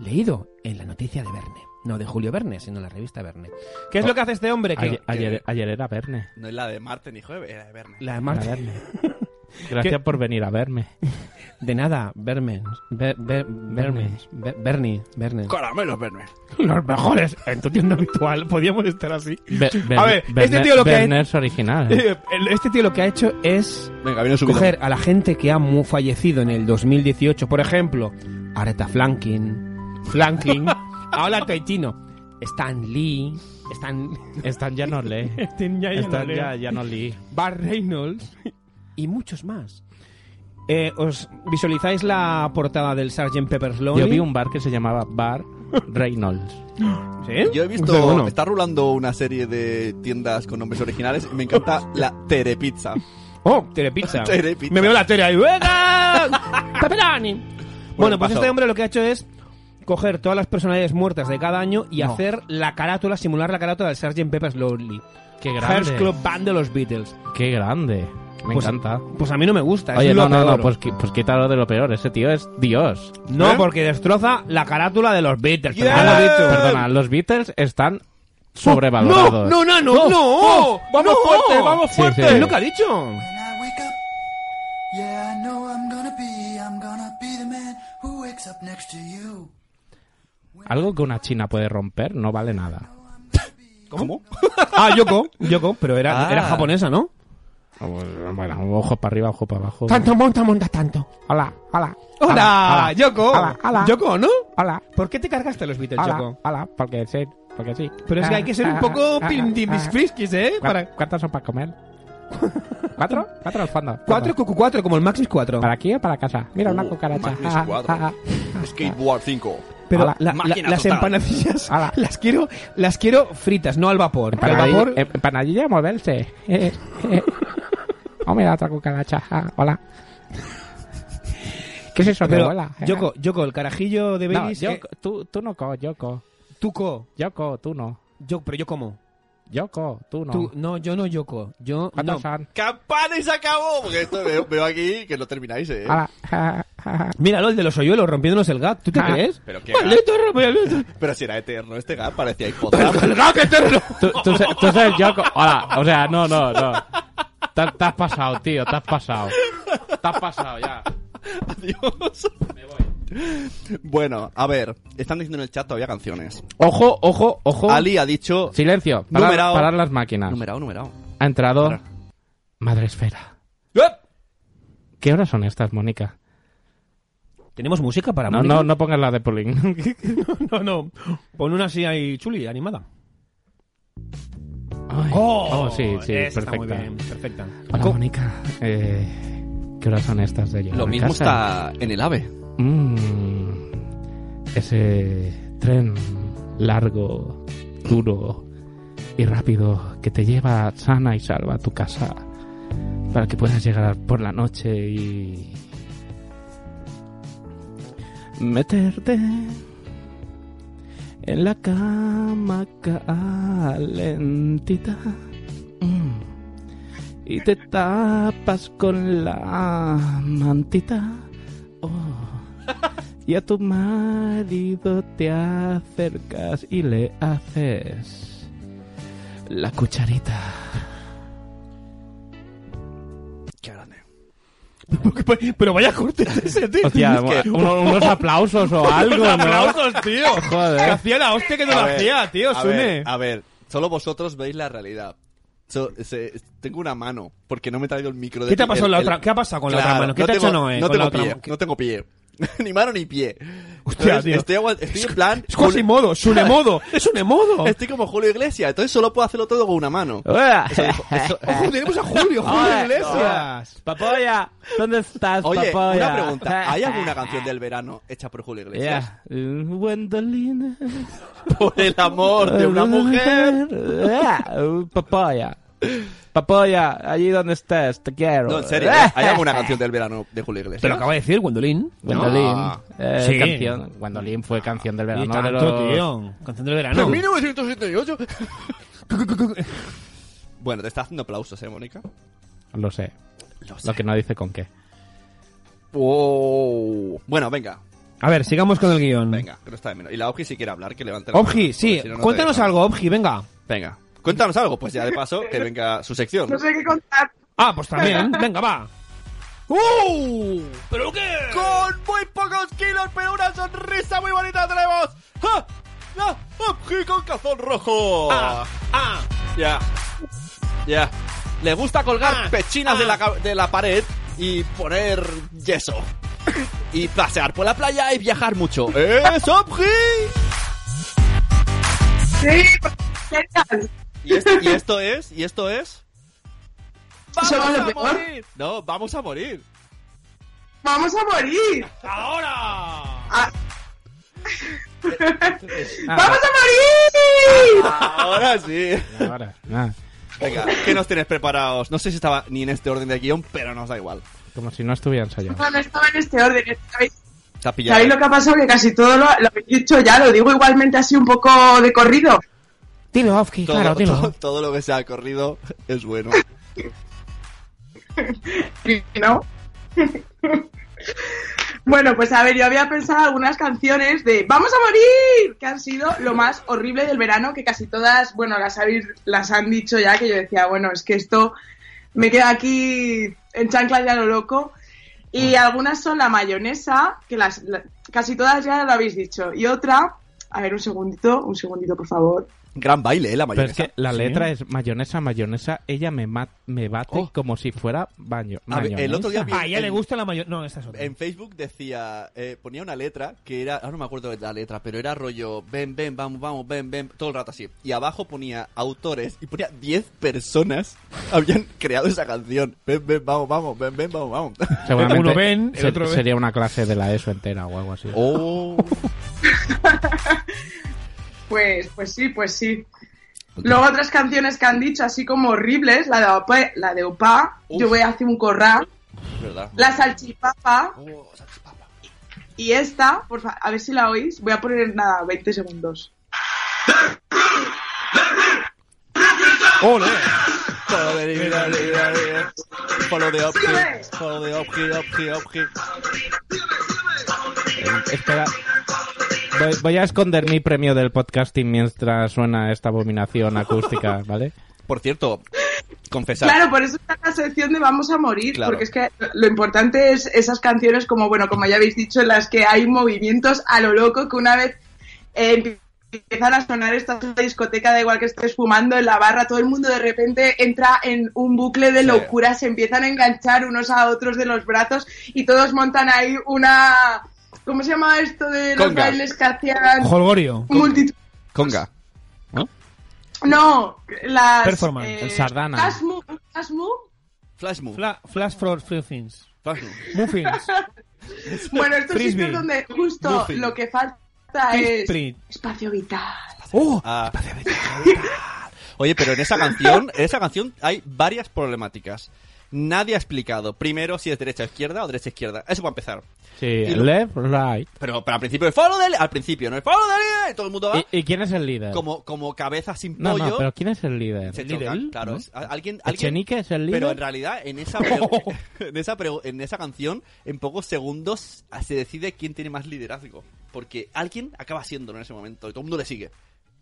S6: Leído en la noticia de Verne. No de Julio Verne, sino en la revista Verne. ¿Qué es lo que hace este hombre? Que,
S5: Ayer, ayer- ayer era Verne.
S3: No es la de Marte ni Jueves, era de eh, Verne.
S6: la
S5: Era
S6: Marte-
S5: Verne. Gracias por venir a verme.
S6: De nada, Vermes. Ver, ver, Vermes. Ver- Bernie. Vernes.
S3: Caramelos Verne.
S6: Los mejores en tu tienda habitual. Podíamos estar así.
S5: Ve-
S6: A ver, este tío lo que-
S5: Verne es original. ¿eh?
S6: Eh, el- Este tío lo que ha hecho es
S3: Venga, viene su
S6: coger a la gente que ha mu- fallecido en el 2018. Por ejemplo, Aretha Franklin. Franklin. Ahora estoy chino. Stan Lee, Stan...
S5: Stan ya no lee.
S6: Stan ya, ya no
S5: Stan
S6: lee.
S5: ya- ya no lee.
S6: Bart Reynolds y muchos más. Eh, ¿Os visualizáis la portada del Sgt. Pepper's Lonely?
S5: Yo vi un bar que se llamaba Bar Reynolds. ¿eh?
S6: ¿Sí?
S3: Yo he visto,
S5: O sea, bueno.
S3: está rulando una serie de tiendas con nombres originales y me encanta la Terepizza.
S6: Oh, Terepizza.
S3: Terepizza.
S6: Me veo la tele ahí. ¡Venga! ¡Pepperoni! Bueno, pues
S3: pasó.
S6: este hombre lo que ha hecho es coger todas las personalidades muertas de cada año y
S5: No.
S6: hacer la carátula, simular la carátula del Sgt. Pepper's Lonely.
S5: Qué
S6: Hearts
S5: grande.
S6: Club Band de los Beatles.
S5: Qué grande. Me
S6: Pues-
S5: encanta.
S6: Pues a mí no me gusta.
S5: Oye,
S6: es lo
S5: no, no, no,
S6: peor.
S5: pues, qui- pues quítalo de lo peor. Ese tío es Dios.
S6: No,
S3: ¿Eh?
S6: porque destroza la carátula de los Beatles.
S5: Ah,
S6: perdón, lo he dicho.
S5: Perdona, los Beatles están sobrevalorados.
S6: No, no, no, no.
S8: no,
S6: vamos
S8: no.
S6: fuerte, vamos
S5: Sí,
S6: fuerte.
S5: sí.
S6: Es lo que ha dicho.
S15: Yeah, I know I'm gonna be, I'm gonna be the man who wakes up next to you.
S5: Algo que una china puede romper no vale nada.
S3: ¿Cómo?
S6: Ah, Yoko, Yoko, pero era,
S5: Ah.
S6: era japonesa, ¿no?
S5: Bueno, ojo para arriba, ojo para abajo.
S6: monta, monta tanto. Hola, hola. Hola,
S5: Hola, hola.
S6: Yoko.
S5: Hola, hola.
S6: Yoko, ¿no?
S5: Hola.
S6: ¿Por qué te cargaste los Beatles,
S5: Hola,
S6: Yoko?
S5: hola, porque sí, porque sí.
S6: Pero es que
S5: Ah,
S6: hay que ser
S5: ah,
S6: un poco
S5: ah, ah,
S6: pindibisfriskis, ¿eh?
S5: ¿Cuá-
S6: Para...
S5: ¿Cuántas son para comer? ¿Cuatro? ¿Cuatro al fondo?
S6: Cuatro cucu cuatro, como el Maxis 4.
S5: ¿Para aquí o para casa? Mira, una cucaracha.
S3: Uh, Magnus
S5: Ah,
S3: cuadro.
S5: ah,
S3: Skateboard 5.
S6: Pero
S5: Hola,
S6: la- la-
S3: máquina
S6: las
S3: total.
S6: empanadillas las quiero las quiero fritas, no al vapor.
S5: ah.
S6: Al vapor
S5: Empanadilla- Empanadilla, moverse. Eh, eh. Oh, mira, otra cucaracha. Ah, hola. ¿Qué es eso, mi
S6: Pero,
S5: abuela? Eh,
S6: Yoko, Yoko, el carajillo de
S5: No,
S6: Baileys... eh,
S5: yo,
S6: que-
S5: tú, tú no co, Yoko.
S6: Tuco.
S5: Yoko, tú no.
S6: Yo, pero yo como.
S5: Yoko, tú no.
S6: Tú, no, yo no Yoko. Yo
S5: ¿Cuántas
S6: no.
S5: son?
S3: ¡Campana y se acabó! Porque esto veo, veo aquí que no termináis, eh.
S5: Hola. Ah, ah, ah.
S6: Míralo, el de los hoyuelos rompiéndonos el gap. ¿Tú te
S5: Ah.
S6: crees?
S3: Pero qué
S6: ¡Maldito rompe-
S3: Pero si era eterno, este gap parecía
S6: ¡El
S3: hipotecado.
S6: gap eterno!
S5: Tú, tú, se- tú eres Yoko. Hola. O sea, no, no, no. Te, te has pasado, tío. Te has pasado. Te has pasado ya.
S3: Adiós. Bueno, a ver, están diciendo en el chat todavía canciones.
S5: Ojo, ojo, ojo.
S3: Ali ha dicho.
S5: Silencio. Parar,
S3: Numerado.
S5: parar las máquinas.
S3: Numerado, numerado.
S5: Ha entrado
S3: Para.
S5: Madre Esfera.
S3: ¡Eh!
S5: ¿Qué horas son estas, Mónica?
S6: ¿Tenemos música para
S5: No,
S6: Mónica?
S5: no, no pongas la de Pauline.
S6: no, no. Pon una así ahí chuli, animada.
S5: Ay. Oh, sí, sí,
S6: esa está muy
S5: perfecta.
S6: bien, perfecta.
S5: Hola,
S6: Co-
S5: Mónica. Eh, ¿Qué horas son estas de llegar
S3: Lo
S5: a
S3: mismo
S5: casa?
S3: está en el ave.
S5: Mm, ese tren largo, duro y rápido que te lleva sana y salva a tu casa para que puedas llegar por la noche y meterte en la cama calentita Mm. y te tapas con la mantita. Oh. Y a tu marido te acercas y le haces la cucharita.
S3: Qué grande.
S6: Pero vaya corte ese, tío.
S5: Hostia, uno- unos aplausos o algo, ¿no?
S6: ¡Aplausos, tío! Que
S5: Joder.
S6: hacía la hostia que no
S3: A
S6: la
S3: ver,
S6: hacía, tío,
S3: a
S6: Sune.
S3: ver, a ver, solo vosotros veis la realidad. So- se- tengo una mano, porque no me he traído el micro de
S6: ¿Qué te ha
S3: el-
S6: pasado en la
S3: el-
S6: otra- qué ha pasado con la
S3: Claro,
S6: otra mano? ¿Qué te ha
S3: tengo-
S6: hecho Noé
S3: No
S6: con la
S3: tengo
S6: otra
S3: pie,
S6: mano?
S3: no tengo pie. ni mano ni pie.
S6: Hostia,
S3: Entonces,
S6: tío.
S3: Estoy, aguant- estoy en plan...
S6: Es Quasimodo, es un emodo, es un emodo.
S3: Estoy como Julio Iglesias, entonces solo puedo hacerlo todo con una mano. Eso dijo- eso-
S6: Ojo, tenemos a Julio, Julio
S5: Joder,
S6: Iglesias.
S5: Papoya, ¿dónde estás,
S3: Oye, una pregunta. ¿Hay alguna canción del verano hecha por Julio Iglesias?
S5: Yeah. Gwendolyn.
S3: Por el amor de una mujer.
S5: Yeah. Papoya. Papoya, allí donde estés, te quiero.
S3: No, en serio, ¿eh? ¿hay alguna canción del verano de Julio Iglesias?
S6: Te lo acaba de decir, Gwendolyn.
S5: Gwendolyn.
S3: Ah.
S5: eh,
S6: Sí.
S5: canción. Gwendolyn fue canción del verano.
S6: Y
S5: de
S6: tanto,
S5: los-
S6: tío. Canción del verano.
S3: 1978. bueno, te está haciendo aplausos, ¿eh, Mónica?
S5: Lo sé. Lo que no dice con qué.
S3: Wow. Bueno, venga,
S6: A ver, sigamos con el guión.
S3: venga, que no está de menos. Y la Obji si quiere hablar, que levante la mano,
S6: Obji, sí,
S3: porque si no, no te
S6: cuéntanos
S3: dejan.
S6: algo, Obji, venga.
S3: Venga, cuéntanos algo, pues ya de paso que venga su sección.
S7: No sé qué contar.
S6: Ah, pues también, venga, va.
S3: ¡Uh! ¿Pero qué? Con muy pocos kilos, pero una sonrisa muy bonita tenemos. ¡Ja! ¡La Obji con cazón rojo!
S6: Ah, ah,
S3: Ya. Ya. Le gusta colgar
S6: Ah,
S3: pechinas de, la, ca- de la pared y poner yeso. y pasear por la playa y viajar mucho. ¡Es Obji! ¿Y, esto, y esto es, y esto es.
S7: Somos lo peor.
S3: morir! No, vamos a morir.
S7: ¡Vamos a morir! Ah,
S3: ¡Ahora!
S6: Ah,
S9: Ah.
S7: ¡Vamos a morir!
S3: Ahora sí.
S5: Ahora.
S6: Ah,
S3: Venga, ¿qué nos tienes preparados? No sé si estaba ni en este orden de guión, pero nos da igual.
S5: Como si no estuviera ensayado.
S7: No, no estaba en este orden. ¿sabéis?
S3: Está pillado. ¿eh?
S7: ¿Sabéis lo que ha pasado? Que casi todo lo, lo habéis dicho ya, lo digo igualmente así un poco de corrido.
S5: Dilo, Ofki,
S3: Todo,
S5: claro,
S3: todo-
S5: dilo.
S3: todo lo que sea corrido es bueno.
S7: ¿No? bueno, pues a ver, yo había pensado algunas canciones de ¡Vamos a morir! que han sido lo más horrible del verano, que casi todas, bueno, las, habéis, las han dicho ya, que yo decía, bueno, es que esto me queda aquí en chanclas ya lo loco. Y algunas son la mayonesa, que las la- casi todas ya lo habéis dicho. Y otra, a ver, un segundito, un segundito, por favor.
S3: Gran baile, ¿eh? La
S5: Pero es
S3: mayonesa.
S5: que la letra es mayonesa, mayonesa, ella me, ma- me bate como si fuera baño.
S3: Oh. A ver, el otro día vi-
S6: Ah, ya le
S3: el-
S6: gusta la mayor. No, esta es otra.
S3: En Facebook decía, eh, ponía una letra que era, ahora no me acuerdo de la letra, pero era rollo, ven, ven, vamos, vamos, ven, ven, todo el rato así. Y abajo ponía autores y ponía 10 personas habían creado esa canción. Ven, ven, vamos, vamos, ven, ven, vamos, vamos.
S5: Seguramente
S6: Uno ven, el
S5: se-
S6: otro ven.
S5: sería una clase de la ESO entera o algo así.
S3: Oh,
S7: Pues, pues sí, pues sí. Luego otras canciones que han dicho así como horribles, la de Opa, la de Opa, yo voy a hacer un corral,
S3: es verdad.
S7: la salchipapa
S3: Oh, o sea,
S7: y esta, por fa- a ver si la oís, voy a poner nada, 20 segundos.
S6: ¡Ole!
S3: follow the leader, leader, leader. Follow the up,
S7: Sígueme.
S3: follow the up, up, up, up.
S5: Espera. Voy, voy a esconder mi premio del podcasting mientras suena esta abominación acústica, ¿vale?
S3: Por cierto, confesar.
S7: Claro, por eso está la sección de Vamos a morir,
S3: Claro.
S7: porque es que lo importante es esas canciones como, bueno, como ya habéis dicho, en las que hay movimientos a lo loco que una vez eh, empiezan a sonar esta discoteca, da igual que estés fumando en la barra, todo el mundo de repente entra en un bucle de
S3: Sí.
S7: locura, se empiezan a enganchar unos a otros de los brazos y todos montan ahí una... ¿Cómo se llama esto de los
S3: Conga.
S7: bailes que hacían
S6: Holgorio.
S7: multitud?
S3: Conga.
S7: No, las...
S6: Performance.
S7: eh,
S5: El sardana.
S7: Flash move- flash move.
S3: Flash move.
S6: Fla- flash for Muffins.
S3: Flash move.
S6: Muffins.
S7: Bueno, estos
S6: Frisbee.
S7: sitios donde justo
S3: Muffin.
S7: lo que falta es
S6: Split.
S7: espacio vital.
S6: ¡Oh!
S3: Ah. Oye, pero en esa canción, en esa canción hay varias problemáticas. Nadie ha explicado primero si es derecha izquierda o derecha izquierda. Eso va a empezar.
S5: Sí,
S3: Y lo-
S5: left, right.
S3: Pero, pero al principio es follow the leader", al principio no es follow the leader", y todo el mundo va
S5: ¿Y, y quién es el líder?
S3: como como cabeza sin
S5: no,
S3: pollo.
S5: no, pero ¿quién es el líder?
S3: se
S5: ¿Lidl?
S3: chocan, claro,
S5: ¿No?
S3: es- ah, a- alguien, alguien
S5: ¿Echenique es el líder?
S3: pero en realidad en esa
S5: Oh.
S3: pregu- en esa pregu- en esa canción en pocos segundos ah, se decide quién tiene más liderazgo, porque alguien acaba siéndolo en ese momento y todo el mundo le sigue.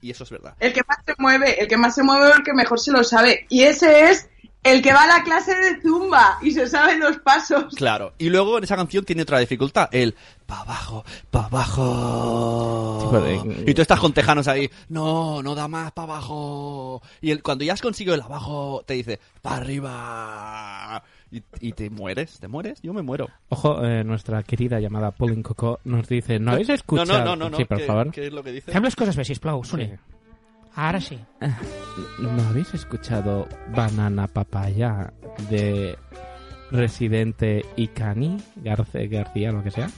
S3: Y eso es verdad.
S7: El que más se mueve, el que más se mueve, el que mejor se lo sabe. Y ese es el que va a la clase de zumba y se sabe los pasos.
S3: Claro. Y luego en esa canción tiene otra dificultad, el pa abajo, pa abajo.
S5: Sí, joder.
S3: Y tú estás con tejanos ahí, no, no da más pa abajo. Y el, cuando ya has conseguido el abajo, te dice, pa arriba. Y, y te mueres, te mueres, yo me muero.
S5: Ojo, eh, nuestra querida llamada Pauline Coco nos dice, ¿no habéis escuchado?
S3: No, no, no, no, no.
S5: sí, por
S3: ¿Qué-
S5: favor.
S3: ¿Qué es lo que dice?
S8: Fem les coses bé, sisplau, Sune.
S5: Sí.
S8: Ara sí.
S5: ¿No habéis escuchado Banana Papaya de Residente y Cani Garce- García, lo que sea?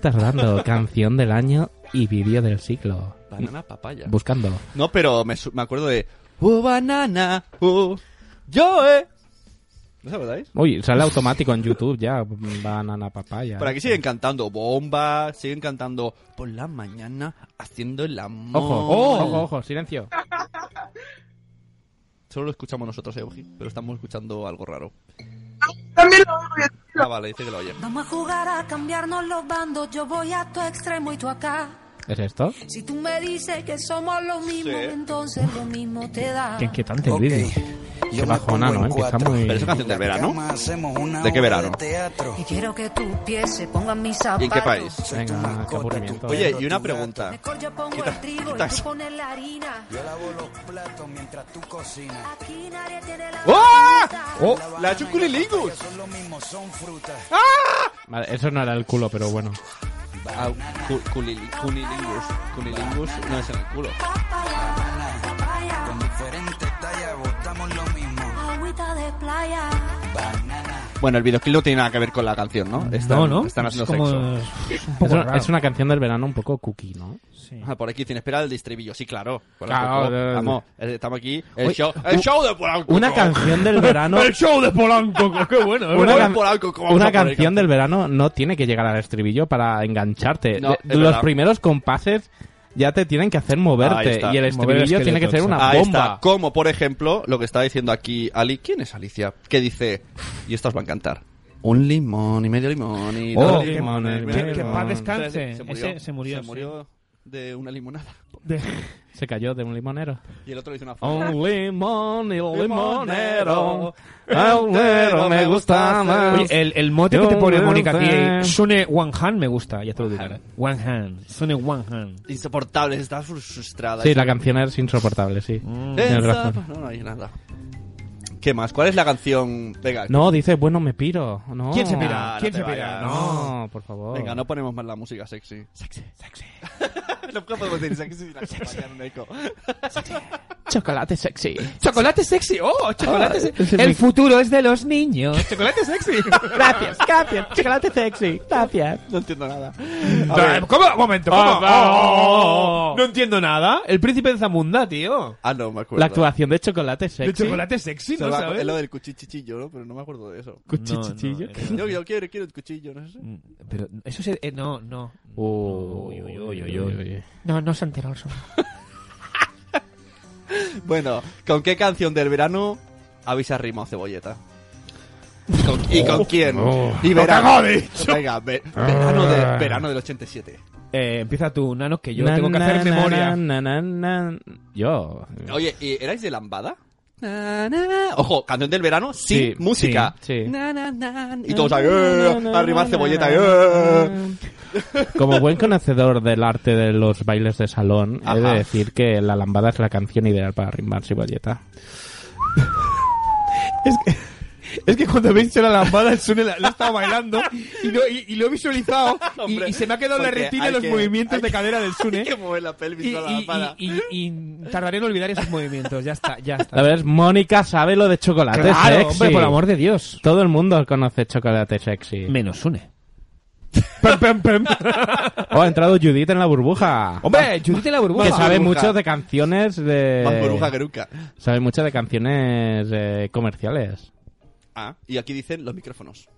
S5: tardando canción del año y vídeo del siglo.
S3: Banana papaya.
S5: Buscando.
S3: No, pero me, su- me acuerdo de. Uh, banana, uh, yo, eh. ¿No sabéis?
S5: Uy, sale automático en YouTube ya. Banana Papaya.
S3: Por aquí siguen cantando bomba, siguen cantando por la mañana haciendo el amor.
S5: Ojo, ojo, ojo, silencio.
S3: Solo lo escuchamos nosotros, eh, Oji, pero estamos escuchando algo raro.
S7: También lo hago yo.
S3: Ah, vale, dice que lo oyen.
S16: Vamos a jugar a cambiarnos los bandos. Yo voy a tu extremo y tú acá.
S5: ¿Es esto?
S16: Si tú me dices que somos lo mismo, entonces lo mismo te da.
S8: Que inquietante el
S16: Ok.
S8: vídeo.
S5: Qué bajona, ¿no? eh? Que está muy...
S3: Pero es una canción del verano. ¿De qué verano?
S16: Y quiero que tus pies se pongan mis zapatos.
S3: ¿Y en qué país?
S5: Venga, qué aburrimiento.
S3: Oye, y una pregunta.
S16: Mejor yo pongo
S3: Quita-
S16: el trigo
S3: quita
S16: y tú
S3: eso.
S16: pones la harina.
S15: Yo lavo los platos mientras tú cocinas.
S16: Aquí nadie tiene la
S3: ¡Ah!
S16: Oh,
S3: ¡La chuculilingus!
S15: Son lo mismo, son frutas.
S5: Vale, eso no era el culo, pero bueno.
S3: Ah, cu- culili- Cunilingus. Cunilingus no es en el culo.
S15: Con diferente talla botamos lo mismo.
S16: Agüita de playa.
S3: Bueno, el videoclip no tiene nada que ver con la canción, ¿no? Están,
S5: No, ¿no?
S3: Están
S5: Es
S3: haciendo
S5: como-
S3: sexo.
S5: es un poco Es una- raro. es una canción del verano un poco cookie, ¿no?
S3: Ah, por aquí dicen, espera el distribuyo. Sí, claro. Por
S5: Claro,
S3: ejemplo,
S5: de- de-
S3: vamos, eh, estamos aquí. El
S5: Oye,
S3: show, el
S5: u-
S3: show de Polanco.
S5: Una canción del verano.
S3: el show de Polanco. Qué bueno.
S5: Una, can-
S3: Polanco, ¿cómo
S5: una
S3: vamos a poner
S5: canción del verano no tiene que llegar al estribillo para engancharte.
S3: No,
S5: Eh,
S3: es
S5: Los
S3: verdad.
S5: primeros compases ya te tienen que hacer
S3: Ahí
S5: moverte
S3: está.
S5: y el estribillo tiene que ser una
S3: Ahí
S5: bomba.
S3: está. Como por ejemplo lo que está diciendo aquí Ali. ¿Quién es Alicia? Que dice, y esto os va a encantar. Un limón y medio limón y
S8: Oh,
S3: dos
S8: que-
S3: limones,
S8: que-
S3: medio
S8: que
S3: limón.
S8: paz descanse.
S3: Se murió,
S8: Ese se murió, sí.
S3: de una limonada.
S5: Se cayó de un limonero.
S3: Y el otro dice una frase.
S5: Un limón y un
S3: Limonero.
S5: limonero. Entero me gusta más.
S6: Oye, el, el mote que te pone
S5: Yo
S6: Mónica aquí,
S5: me-
S6: eh, Sune One Hand, me gusta, ya te lo digo. One Hand, Sune One Hand.
S3: Insoportable, estás frustrada.
S5: Sí, la canción es insoportable, sí.
S6: Mm.
S5: Tienes razón.
S3: No, no hay nada. ¿Qué más? ¿Cuál es la canción? Venga.
S5: No, dice, bueno, me piro. No.
S3: ¿Quién se pira?
S5: Ah,
S3: ¿Quién
S5: no
S3: se
S5: te
S3: pira?
S5: vayas. No, por favor.
S3: Venga, no ponemos más la música sexy. Sexy, sexy. no podemos decir sexy sin acompañar un eco.
S5: Chocolate sexy.
S6: Chocolate sexy, oh, chocolate
S5: Ah,
S6: sexy.
S5: ese
S6: El
S5: mi-
S6: futuro es de los niños. Chocolate sexy.
S5: Gracias, gracias. Chocolate sexy. Gracias.
S3: No entiendo nada.
S6: Da- ¿Cómo? Un momento, ¿cómo?
S5: Ah, va,
S6: Oh, oh, oh,
S5: oh.
S6: No entiendo nada. El príncipe de Zamunda, tío.
S3: Ah, no, me acuerdo.
S5: La actuación de chocolate sexy.
S6: De chocolate sexy,
S3: Se
S6: ¿no
S3: va-
S6: sabes?
S3: Es lo del cuchichichillo, ¿no? Pero no me acuerdo de eso.
S5: Cuchichichillo.
S3: Yo, yo quiero, quiero el cuchillo, no sé.
S6: Mm. Pero eso se... eh, no, no.
S5: Uy, uy, uy, uy, uy.
S6: No, no se enteró.
S3: Bueno, ¿con qué canción del verano habéis arrimado cebolleta? ¿Con- ¿Y con quién?
S6: Oh.
S3: Y
S6: Lo que
S3: verano.
S6: hago, Ah. he dicho.
S3: Venga, ve- verano, de, verano del 87.
S6: Eh, empieza tú, Nano, que yo
S5: Na,
S6: tengo que
S5: na,
S6: hacer
S5: na,
S6: memoria.
S5: na, na, na. Yo.
S3: Oye, ¿y ¿erais de lambada? Na, na, na. Ojo, canción del verano sin
S5: Sí,
S3: música.
S5: sí, sí.
S3: Na, na, na, na, y todos ahí, eh, arrimar cebolleta. eh.
S5: Como buen conocedor del arte de los bailes de salón, he
S3: Ajá.
S5: de decir que la lambada es la canción ideal para arrimar cebolleta.
S6: Es que cuando me he hecho la lampada, el Sune la, la estaba bailando y, no- y- y lo he visualizado y-
S3: Hombre,
S6: y, se me ha quedado en la
S3: porque
S6: retina
S3: hay
S6: los
S3: que-
S6: movimientos
S3: hay
S6: de
S3: que-
S6: cadera del Sune.
S3: Hay que mover la pelvis
S6: Y,
S3: con la
S6: y-
S3: lambada.
S6: y- y- y tardaré en olvidar esos movimientos. Ya está, ya está.
S5: A ver, Mónica sabe lo de chocolate
S6: Claro,
S5: sexy.
S6: hombre, por amor de Dios.
S5: Todo el mundo conoce chocolate sexy.
S6: Menos une.
S5: Oh, ha entrado Judith en la burbuja.
S6: Hombre, Judith en la burbuja.
S5: Que sabe
S6: Burbuja.
S5: mucho de canciones de.
S6: eh.
S3: Más burbuja que nunca.
S5: Sabe mucho de canciones eh, comerciales.
S3: Ah, y aquí dicen los micrófonos.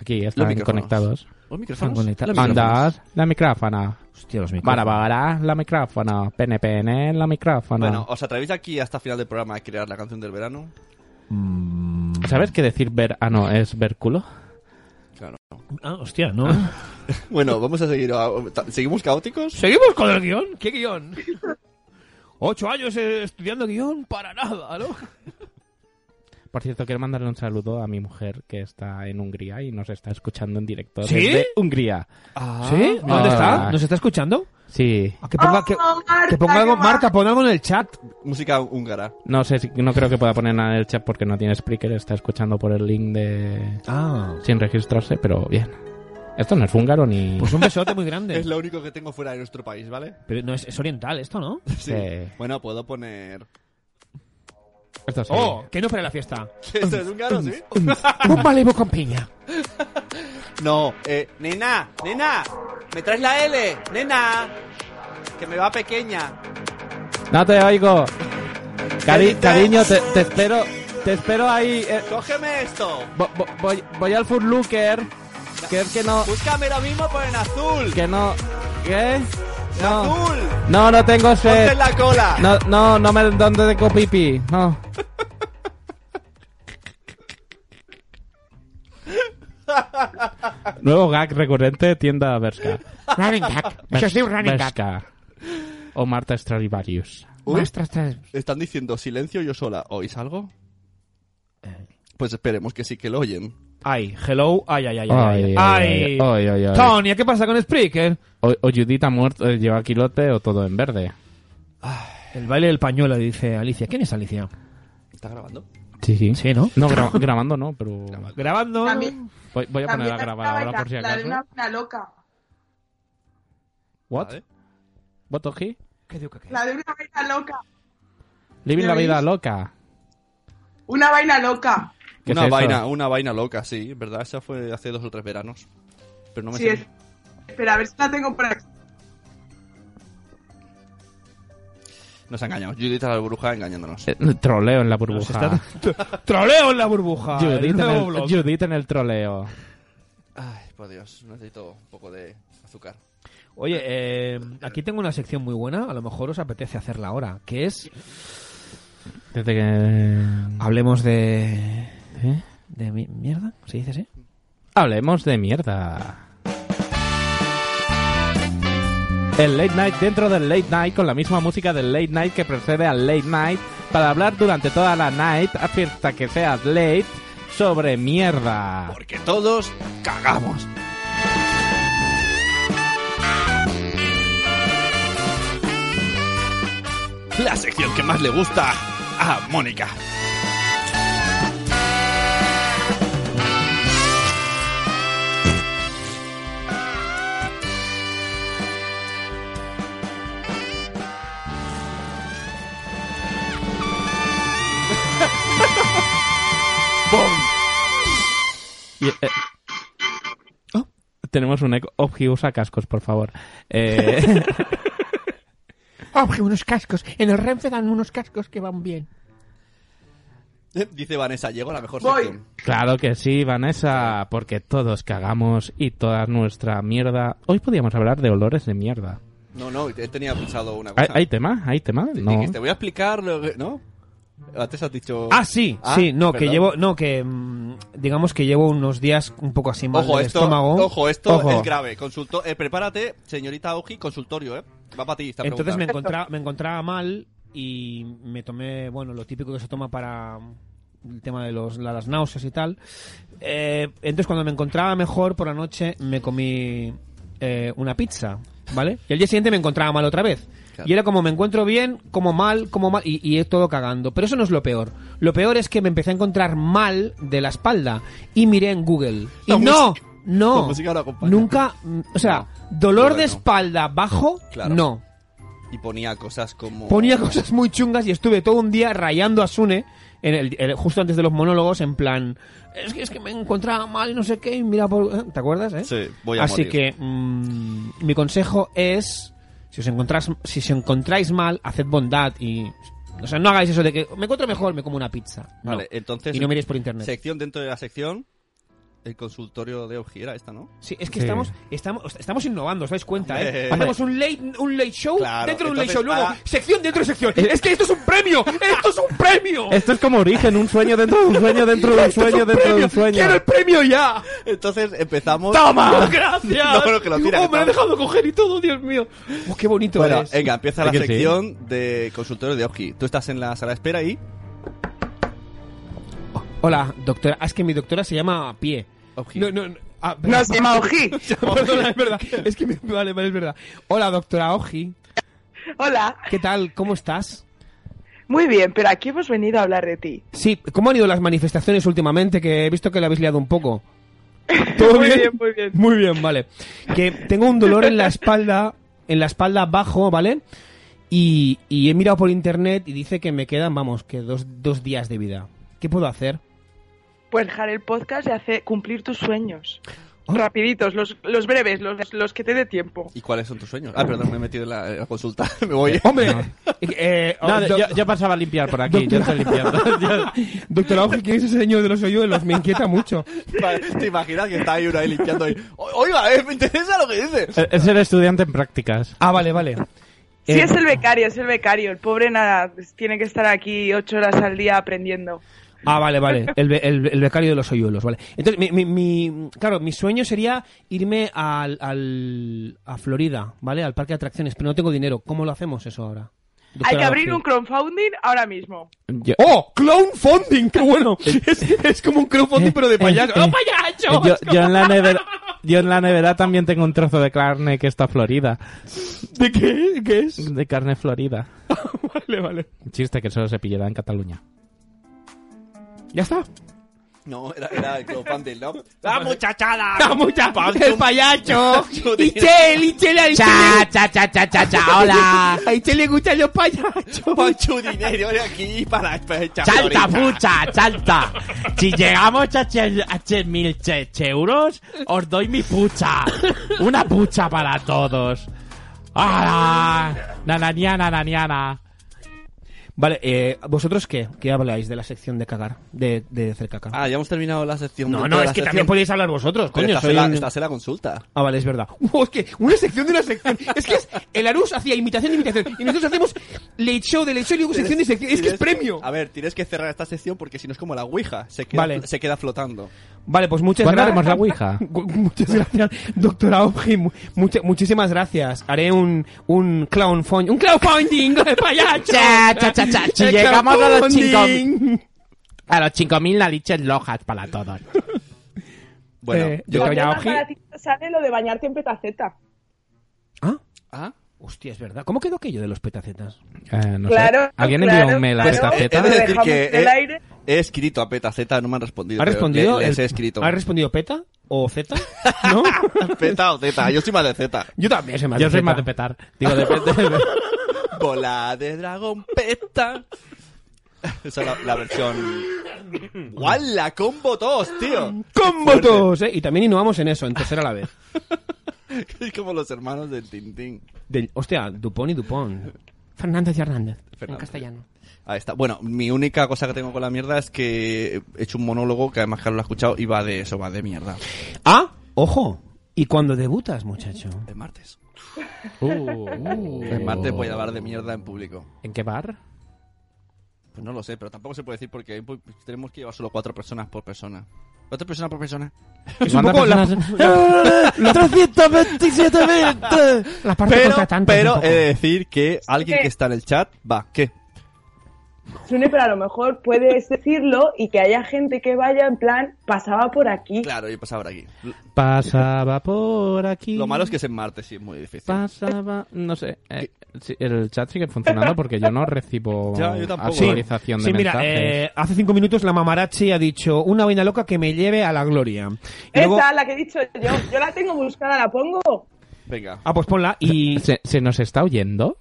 S5: Aquí están
S3: micrófonos.
S5: conectados.
S3: Los micrófonos.
S6: Están conectados.
S3: Los micrófonos.
S5: Andas, la micrófona.
S6: Hostia, los micrófonos.
S5: Para, para, la micrófona. Pene, pene, la micrófona.
S3: Bueno, ¿os atrevéis aquí hasta final del programa a crear la canción del verano?
S5: ¿Sabes qué decir ver? Ah, no, es ver culo.
S3: Claro.
S6: Ah, hostia, ¿no?
S3: Bueno, vamos a seguir. ¿Seguimos caóticos?
S6: Seguimos con el guión. ¿Qué guión? Ocho años eh, estudiando guión para nada, ¿no?
S5: Por cierto, quiero mandarle un saludo a mi mujer que está en Hungría y nos está escuchando en directo
S6: ¿Sí?
S5: desde Hungría.
S6: ¿Sí?
S5: mira.
S6: ¿Dónde está?
S5: Ah.
S6: ¿Nos está escuchando?
S5: Sí.
S6: Ah, Que ponga, que,
S7: Oh,
S6: que ponga algo, Marta, pon algo en el chat.
S3: Música húngara.
S5: No sé, si- no creo que pueda poner nada en el chat porque no tiene speaker, está escuchando por el link de...
S6: Ah.
S5: Sin registrarse, pero bien. Esto no es húngaro ni...
S6: Pues un besote muy grande.
S3: Es lo único que tengo fuera de nuestro país, ¿vale?
S6: Pero no es, es oriental esto, ¿no?
S3: Sí.
S5: Sí.
S3: Bueno, puedo poner.
S5: Esto sí.
S6: Oh, que no fuera la fiesta.
S3: ¿Esto es húngaro, sí?
S6: un malibu con piña.
S3: No, eh. Nena, nena, me traes la L, nena, que me va pequeña.
S5: No te oigo. Cari-
S3: Felices.
S5: cariño, te, te espero... Te espero ahí... eh,
S3: Cógeme esto.
S5: vo- vo- voy, voy al Food Looker. Que es que no...
S3: Búscame lo mismo, pero en azul.
S5: Que no... ¿Qué? No.
S3: Azul.
S5: No, no tengo
S3: Ponte
S5: sed.
S3: en la cola.
S5: No, no, no me... ¿Dónde tengo pipí? No. Nuevo gag recurrente, tienda Berska.
S6: Running gag. Yo soy un running gag.
S5: Berska. O Marta Stradivarius.
S3: Uy,
S6: Más tras, tras.
S3: están diciendo silencio yo sola. ¿Oís algo?
S5: Eh.
S3: Pues esperemos que sí que lo oyen.
S6: Ay, hello, ay, ay, ay,
S5: Ay,
S6: ay.
S5: ay, ay, ay, ay.
S6: Tonya, ¿qué pasa con Spreaker?
S5: O, o Judith ha muerto, eh, lleva quilote o todo en verde.
S6: El baile del pañuelo, dice Alicia. ¿Quién es Alicia?
S3: ¿Está grabando?
S5: Sí, sí.
S6: Sí, ¿no?
S5: No, gra- grabando no, pero...
S6: Grabando.
S7: También,
S5: Voy, voy a
S7: también
S5: poner a
S7: la
S5: grabar
S7: estaba
S5: ahora por si
S7: la- La de
S5: acaso.
S7: una, una loca.
S5: What? What the he?
S7: La de una vaina loca.
S5: Living la
S7: ¿Me
S5: vida
S7: oís?
S5: loca.
S7: Una vaina loca.
S5: ¿Qué
S3: Una
S5: es eso?
S3: vaina, una vaina loca, sí, ¿verdad? Esa fue hace dos o tres veranos. Pero no me
S7: Sí,
S3: sé-
S7: es- Espera, a ver si la tengo por aquí.
S3: Nos ha engañado. Judith a la bruja engañándonos.
S5: Eh. Troleo en la burbuja.
S6: Troleo en la burbuja.
S5: Judith,
S6: el
S5: en
S6: nuevo
S5: el,
S6: blog.
S5: Judith en el troleo.
S3: Ay, por Dios, necesito un poco de azúcar.
S6: Oye, eh, aquí tengo una sección muy buena, a lo mejor os apetece hacerla ahora, que es...
S5: Desde que...
S6: Hablemos de... ¿eh? ¿De mi- mierda? ¿Se dice así?
S5: Hablemos de mierda. El late night dentro del late night con la misma música del late night que precede al late night para hablar durante toda la night hasta que seas late sobre mierda.
S3: Porque todos cagamos. La sección que más le gusta a Mónica.
S5: Y, eh, Oh. Tenemos un eco. Obji, usa cascos, por favor. Eh,
S6: Obje, Ah, unos cascos. En el Renfe dan unos cascos que van bien.
S3: Dice Vanessa, llego a la mejor
S6: Voy.
S3: sección.
S5: claro que sí, Vanessa, porque todos cagamos y toda nuestra mierda. Hoy podíamos hablar de olores de mierda.
S3: No, no, él tenía pensado una
S5: ¿Hay,
S3: cosa.
S5: hay tema? ¿Hay tema? No.
S3: Te voy a explicar lo que- ¿No? Antes has dicho...
S6: Ah, sí, sí, no, que
S3: perdón.
S6: llevo, no, que mm, digamos que llevo unos días un poco así mal
S3: Ojo
S6: del
S3: esto,
S6: estómago.
S3: ojo, esto
S6: Ojo.
S3: es grave. Consulto, eh, prepárate, señorita Oji, consultorio, ¿eh? Va para ti esta
S6: Entonces me,
S3: pregunta.
S6: encontra- me encontraba mal y me tomé, bueno, lo típico que se toma para el tema de los, la- las náuseas y tal. Eh, entonces cuando me encontraba mejor por la noche me comí eh, una pizza, ¿vale? Y al día siguiente me encontraba mal otra vez. Y era como me encuentro bien, como mal, como mal, y, y todo cagando. Pero eso no es lo peor. Lo peor es que me empecé a encontrar mal de la espalda y miré en Google. Y
S3: La
S6: no,
S3: música- la
S6: no,
S3: música no acompaña.
S6: nunca, mm, o sea, dolor de espalda bajo,
S3: Claro.
S6: no.
S3: Y ponía cosas como...
S6: Ponía cosas muy chungas y estuve todo un día rayando a Sune en el, el- justo antes de los monólogos en plan es que es que me encontraba mal y no sé qué y mira por- te acuerdas eh
S3: Sí, voy a
S6: así
S3: morir.
S6: que mm, mi consejo es si os encontrás si os encontráis mal haced bondad y o sea no hagáis eso de que me encuentro mejor me como una pizza No.
S3: Vale, este entonces...
S6: y no miréis por internet
S3: Sección dentro de la sección, el consultorio de Oji era esta, ¿no?
S6: Sí, es que
S3: Sí.
S6: estamos, estamos estamos innovando, os dais cuenta, ¿eh?
S3: Hombre.
S6: Hacemos un late, un late show
S3: Claro,
S6: dentro de un late
S3: entonces,
S6: show, luego
S3: ah.
S6: sección dentro de sección. Es que esto es un premio, esto es un premio.
S5: Esto es como origen, un sueño dentro de un sueño, dentro de un
S6: Esto es
S5: sueño,
S6: un
S5: dentro de
S6: premio.
S5: un sueño.
S6: Quiero el premio ya.
S3: Entonces empezamos...
S6: ¡Toma! ¡Gracias!
S3: No, no, que lo tira,
S6: ¡Oh,
S3: que
S6: me ha
S3: toma.
S6: dejado coger y todo, Dios mío! ¡Oh, qué bonito
S3: Bueno,
S6: eres!
S3: venga, empieza la
S6: Es que sí.
S3: sección de consultorio de Oji. Tú estás en la sala de espera y...
S6: Hola, doctora. Ah, Es que mi doctora se llama Pie. No, no, no. Ah,
S7: No, se llama Oji.
S6: Perdona, es verdad. Es que me... Vale, vale, es verdad. Hola, doctora Oji.
S7: Hola.
S6: ¿Qué tal? ¿Cómo estás?
S7: Muy bien, pero aquí hemos venido a hablar de ti.
S6: Sí, ¿cómo han ido las manifestaciones últimamente? Que he visto que la habéis liado un poco. ¿Todo
S7: Muy
S6: bien?
S7: bien, muy bien.
S6: Muy bien, vale. Que tengo un dolor en la espalda, en la espalda abajo, ¿vale? Y, y he mirado por internet y dice que me quedan, vamos, que dos, dos días de vida. ¿Qué puedo hacer?
S7: Pues dejar el podcast y hacer cumplir tus sueños.
S6: Oh.
S7: Rapiditos, los, los breves, los, los que te dé tiempo.
S3: ¿Y cuáles son tus sueños? Ah, perdón, me he metido en la, en la consulta. me voy.
S6: Hombre, eh, oh,
S5: No, yo, yo pasaba a limpiar por aquí, yo estoy limpiando.
S6: Doctor Auge, ¿quién es ese señor de los hoyuelos? Me inquieta mucho.
S3: Vale, ¿Te imaginas que está ahí una ahí limpiando ahí? O- Oiga, eh, me interesa lo que dice.
S5: Eh, Es el estudiante en prácticas.
S6: Ah, vale, vale. Eh.
S7: Sí, es el becario, es el becario. El pobre nada, pues, tiene que estar aquí ocho horas al día aprendiendo.
S6: Ah, vale, vale. El, be- el- el becario de los hoyuelos, vale. Entonces, mi, mi- mi- claro, mi sueño sería irme al, al- a Florida, ¿vale? Al parque de atracciones, pero no tengo dinero. ¿Cómo lo hacemos eso ahora?
S7: Hay que
S6: Doctora
S7: abrir
S6: Doji.
S7: un crowdfunding ahora mismo.
S6: ¡Oh! ¡Clownfunding! ¡Qué bueno! es, es como un crowdfunding, pero de payaso. ¡No, payaso!
S5: Yo, yo en la nevera, yo en la nevera también tengo un trozo de carne que está florida.
S6: ¿De qué? ¿Qué es?
S5: De carne florida.
S6: vale, vale.
S5: Un chiste que solo se pillará en Cataluña.
S6: ¿Ya está?
S3: No, era, era el crowdfunding, ¿no?
S6: ¡La muchachada!
S3: ¡La muchachada!
S6: ¡El payacho!
S3: ¡Ichel,
S6: Ichel! a Ichel
S3: Cha,
S6: le-
S3: cha, cha, cha, cha, cha, hola.
S6: A Ichel le gustan los payasos.
S3: Pancho dinero de aquí para echar
S17: ¡Salta,
S3: florita.
S17: pucha! ¡Salta! Si llegamos a 8000 euros, os doy mi pucha. Una pucha para todos. ¡Hala! Nananiana, nananiana.
S6: Vale, eh, ¿vosotros qué? ¿Qué habláis de la sección de cagar? De, de hacer caca.
S3: Ah, ya hemos terminado la sección.
S6: No,
S3: de-
S6: no,
S3: de
S6: es
S3: la
S6: que también podéis hablar vosotros,
S3: Pero
S6: coño,
S3: Esta
S6: soy
S3: es la,
S6: un-
S3: esta es la consulta.
S6: Ah, vale, es verdad. Uh, es que una sección de una sección. Es que es- el Arús hacía imitación de imitación. Y nosotros hacemos late show de late show y luego sección de sección. Es que es
S3: Tienes-
S6: premio.
S3: A ver, tienes que cerrar esta sección porque si no es como la Ouija. Se queda,
S6: Vale.
S3: se queda flotando.
S6: Vale, pues muchas
S3: ¿Cuándo
S6: gracias.
S3: haremos la ouija?
S6: Gu- Muchas gracias, doctora Oji. mu- mucha- muchísimas gracias. Haré un, un clown fund. ¡Un clown funding! ¡De payacho!
S17: Cha, cha, cha, cha. Si
S6: El
S17: llegamos a los
S6: crowdfunding.
S17: 5000. A los 5000 narices lojas para todos.
S3: Bueno,
S17: Eh,
S7: La crema para ti sale lo de bañarte en petaceta.
S6: ¿Ah?
S3: ¿Ah?
S6: Hostia, es verdad. ¿Cómo quedó aquello de los petacetas?
S17: Eh, no
S7: Claro,
S17: sé. ¿Alguien envió
S7: claro,
S17: un mail a
S7: claro.
S17: Petaceta?
S3: He de Eh, decir
S7: Dejamos
S3: que
S7: en el
S3: he,
S7: aire.
S3: he escrito a Peta Z, no me han respondido.
S6: ¿Ha
S3: pero
S6: respondido?
S3: le- les
S6: el-
S3: he escrito.
S6: ¿Ha respondido Peta o Z? ¿No?
S3: Peta o Z, yo soy más de Z.
S6: Yo también soy más
S17: Yo
S6: de
S17: soy
S6: Peta.
S17: más de petar. Digo, de de-
S3: Bola de dragón Peta. Esa es la, la versión. ¡Wala! ¡Combo 2, tío!
S6: ¡Con votos! ¿eh? Y también innovamos en eso, en tercera a la vez.
S3: Es como los hermanos del Tintín.
S6: Del, hostia, Dupont y Dupont. Fernández y Hernández. En
S3: Fernández.
S6: castellano.
S3: Ahí está. Bueno, mi única cosa que tengo con la mierda es que he hecho un monólogo que además Carlos lo ha escuchado y va de eso, va de mierda.
S6: ¡Ah! ¡Ojo! ¿Y cuando debutas, muchacho?
S3: El martes.
S17: Uh,
S3: El martes voy a hablar de mierda en público.
S17: ¿En qué bar?
S3: Pues no lo sé, pero tampoco se puede decir porque hay- tenemos que llevar solo cuatro personas por persona. ¿Cuatro personas por persona?
S6: Es un poco la... la- La parte
S3: pero,
S6: contratante es un
S3: pero
S6: poco.
S3: he de decir que alguien que está en el chat va. ¿Qué?
S7: Mm. Sune, pero a lo mejor puedes decirlo y que haya gente que vaya en plan, pasaba por aquí.
S3: Claro, yo pasaba por aquí.
S17: Pasaba por aquí.
S3: Lo malo es que es en martes, sí, es muy difícil.
S17: Pasaba. No sé. eh, sí, el chat sigue funcionando porque yo no recibo
S3: Ya, yo tampoco.
S17: actualización
S6: Sí,
S17: de
S6: mira,
S17: mensajes.
S6: eh, hace cinco minutos la mamarachi ha dicho una vaina loca que me lleve a la gloria. Y luego-
S7: Esa, la que he dicho yo. Yo la tengo buscada, ¿la pongo?
S3: Venga.
S6: Ah, pues ponla. Y...
S17: ¿Se, se nos está oyendo?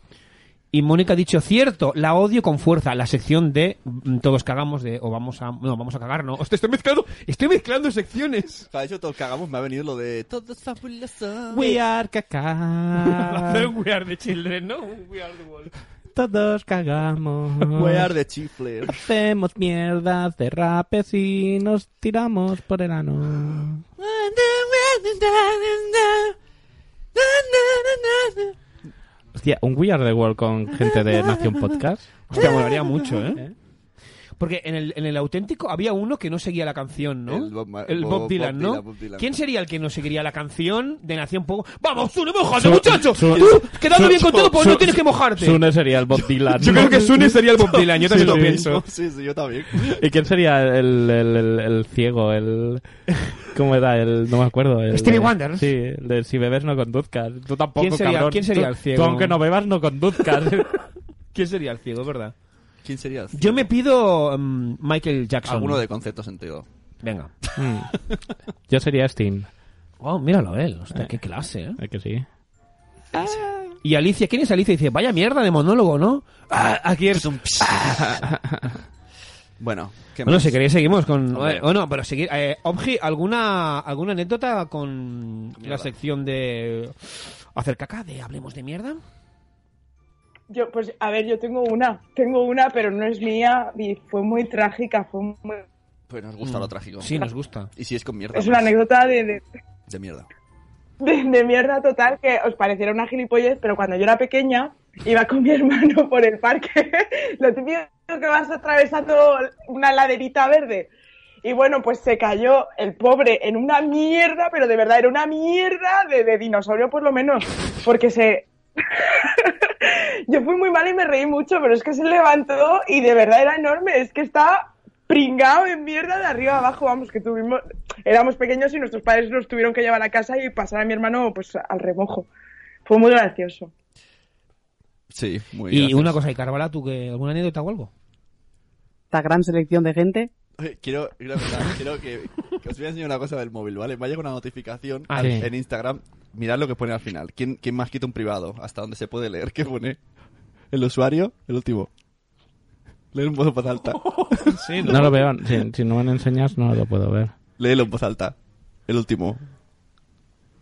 S6: Y Mónica ha dicho, cierto, la odio con fuerza, la sección de mm, todos cagamos de, o vamos a, no, vamos a cagar, no. Hostia, estoy mezclando, estoy mezclando secciones.
S3: Para eso todos cagamos, me ha venido lo de todos fabulosos.
S17: We are caca.
S6: We are the children, ¿no? We are the world.
S17: Todos cagamos.
S3: We are the chiflers.
S17: Hacemos mierdas de rapes y nos tiramos por el ano. Hostia, un We Are the World con gente de Nación Podcast.
S6: Hostia, molaría mucho, ¿eh? Porque en el, en el auténtico había uno que no seguía la canción, ¿no?
S3: El Bob Ma-
S6: El
S3: Bob-
S6: Dylan,
S3: Bob
S6: ¿no?
S3: Dylan, Bob Dylan.
S6: ¿Quién sería el que no seguiría la canción de Nación Poco? ¡Vamos, Sune, mojate,
S17: Su-
S6: muchacho!
S17: su-
S6: ¡Tú, quedando
S17: su-
S6: bien con todo, pues
S17: su-
S6: no tienes que mojarte!
S17: Sune sería el Bob Dylan.
S6: Yo creo que Sune sería el Bob Dylan, yo también
S17: Sí,
S6: lo
S17: sí.
S6: pienso.
S3: Sí, sí, yo también.
S17: ¿Y quién sería el, el- el- el ciego? El... ¿Cómo era? El... No me acuerdo. El,
S6: Stevie
S17: de-
S6: Wonder.
S17: Sí, el de si bebes no conduzcas. Tú tampoco,
S6: ¿Quién sería-
S17: cabrón.
S6: quién sería
S17: Tú-
S6: el
S17: Tú
S6: ciego?
S17: aunque no bebas no conduzcas.
S6: ¿Quién sería el ciego, es verdad?
S3: ¿Quién sería? el
S6: Yo me pido mm, Michael Jackson.
S3: Alguno de concepto sentido.
S6: Venga.
S17: Mm. Yo sería Steam.
S6: Wow, míralo a él. Hostia, qué clase, ¿eh?
S17: ¿A que sí?
S6: Y Alicia, ¿quién es Alicia? Dice, vaya mierda de monólogo, ¿no? Ah, aquí es un...
S3: Bueno, ¿qué
S6: Bueno,
S3: más?
S6: si queréis seguimos con...
S3: Hombre.
S6: eh, O no, pero seguir... Eh, Obji, ¿alguna, ¿alguna anécdota con la sección de... Hacer caca, de hablemos de mierda?
S7: Yo, pues, a ver, yo tengo una. Tengo una, pero no es mía y fue muy trágica. Fue muy...
S3: Pues nos gusta lo trágico.
S6: Mm. Sí, nos gusta.
S3: Y si es con mierda.
S7: Es una
S3: pues,
S7: anécdota de, de-
S3: De mierda.
S7: de- de mierda total que os pareciera una gilipollez, pero cuando yo era pequeña iba con mi hermano por el parque. Lo típico que vas atravesando una laderita verde. Y bueno, pues se cayó el pobre en una mierda, pero de verdad era una mierda de, de dinosaurio por lo menos, porque se... Yo fui muy mal y me reí mucho, pero es que se levantó y de verdad era enorme, es que estaba pringado en mierda de arriba abajo, vamos, que tuvimos, éramos pequeños y nuestros padres nos tuvieron que llevar a casa y pasar a mi hermano pues al remojo. Fue muy gracioso.
S3: Sí, muy
S6: y
S3: gracioso.
S6: una cosa, y Carvala, ¿tú que alguna anécdota o algo?
S9: Esta gran selección de gente.
S3: Oye, Quiero, quiero, quiero que, que os voy a enseñar una cosa del móvil, ¿vale? Vaya con una notificación
S17: Ah,
S3: al-
S17: sí.
S3: en Instagram. Mirad lo que pone al final. ¿Quién, ¿Quién más quita un privado? Hasta donde se puede leer. ¿Qué pone? El usuario, el último. Leer en voz alta.
S5: No lo veo. Si, si no me lo enseñas, no lo puedo ver.
S3: Léelo en voz alta. El último.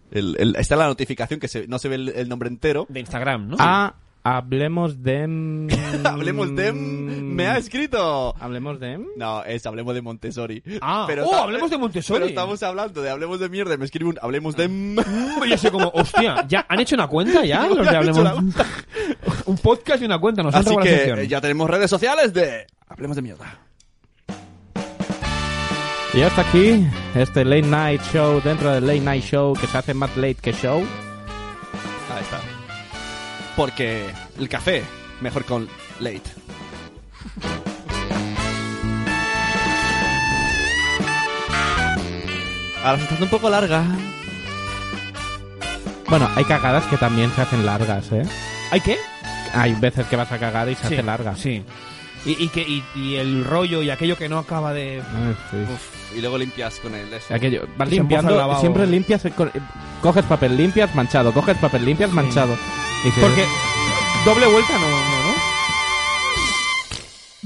S3: El, el- está la notificación que se- no se ve el, el nombre entero.
S6: De Instagram, ¿no?
S5: Ah, hablemos de...
S6: Mm.
S3: hablemos de... Me ha escrito.
S5: ¿Hablemos de...?
S3: No, es hablemos de Montessori.
S6: Ah,
S3: Pero
S6: oh,
S3: está-
S6: hablemos de Montessori. Mm.
S3: Pero estamos hablando de hablemos de mierda. y Me escribe un hablemos de...
S6: Yo sé como, hostia, ¿ya han hecho una cuenta ya? Los de
S3: Ya han hecho
S6: Hablemos? Un podcast y una cuenta, nos han
S3: Así
S6: robado la
S3: que
S6: sección.
S3: eh, ya tenemos redes sociales de... Hablemos de mierda.
S5: Y hasta aquí este Late Night Show dentro del Late Night Show que se hace más late que show.
S3: Ahí está. Porque el café, mejor con late. Ahora se está haciendo un poco larga.
S5: Bueno, hay cagadas que también se hacen largas, ¿eh?
S6: ¿Hay qué?
S5: Hay veces que vas a cagar y se
S6: Sí,
S5: hace larga.
S6: Sí. Y, y que, y, y el rollo y aquello que no acaba de...
S5: Ay, Ah, sí.
S3: Uf, y luego limpias con el... ese.
S5: Aquello, vas
S6: Se empieza el
S5: limpiando,
S6: lavabo.
S5: siempre limpias, eh, co- eh, coges papel limpias, manchado, coges papel limpias, manchado. Y dices,
S6: Porque doble vuelta no, no,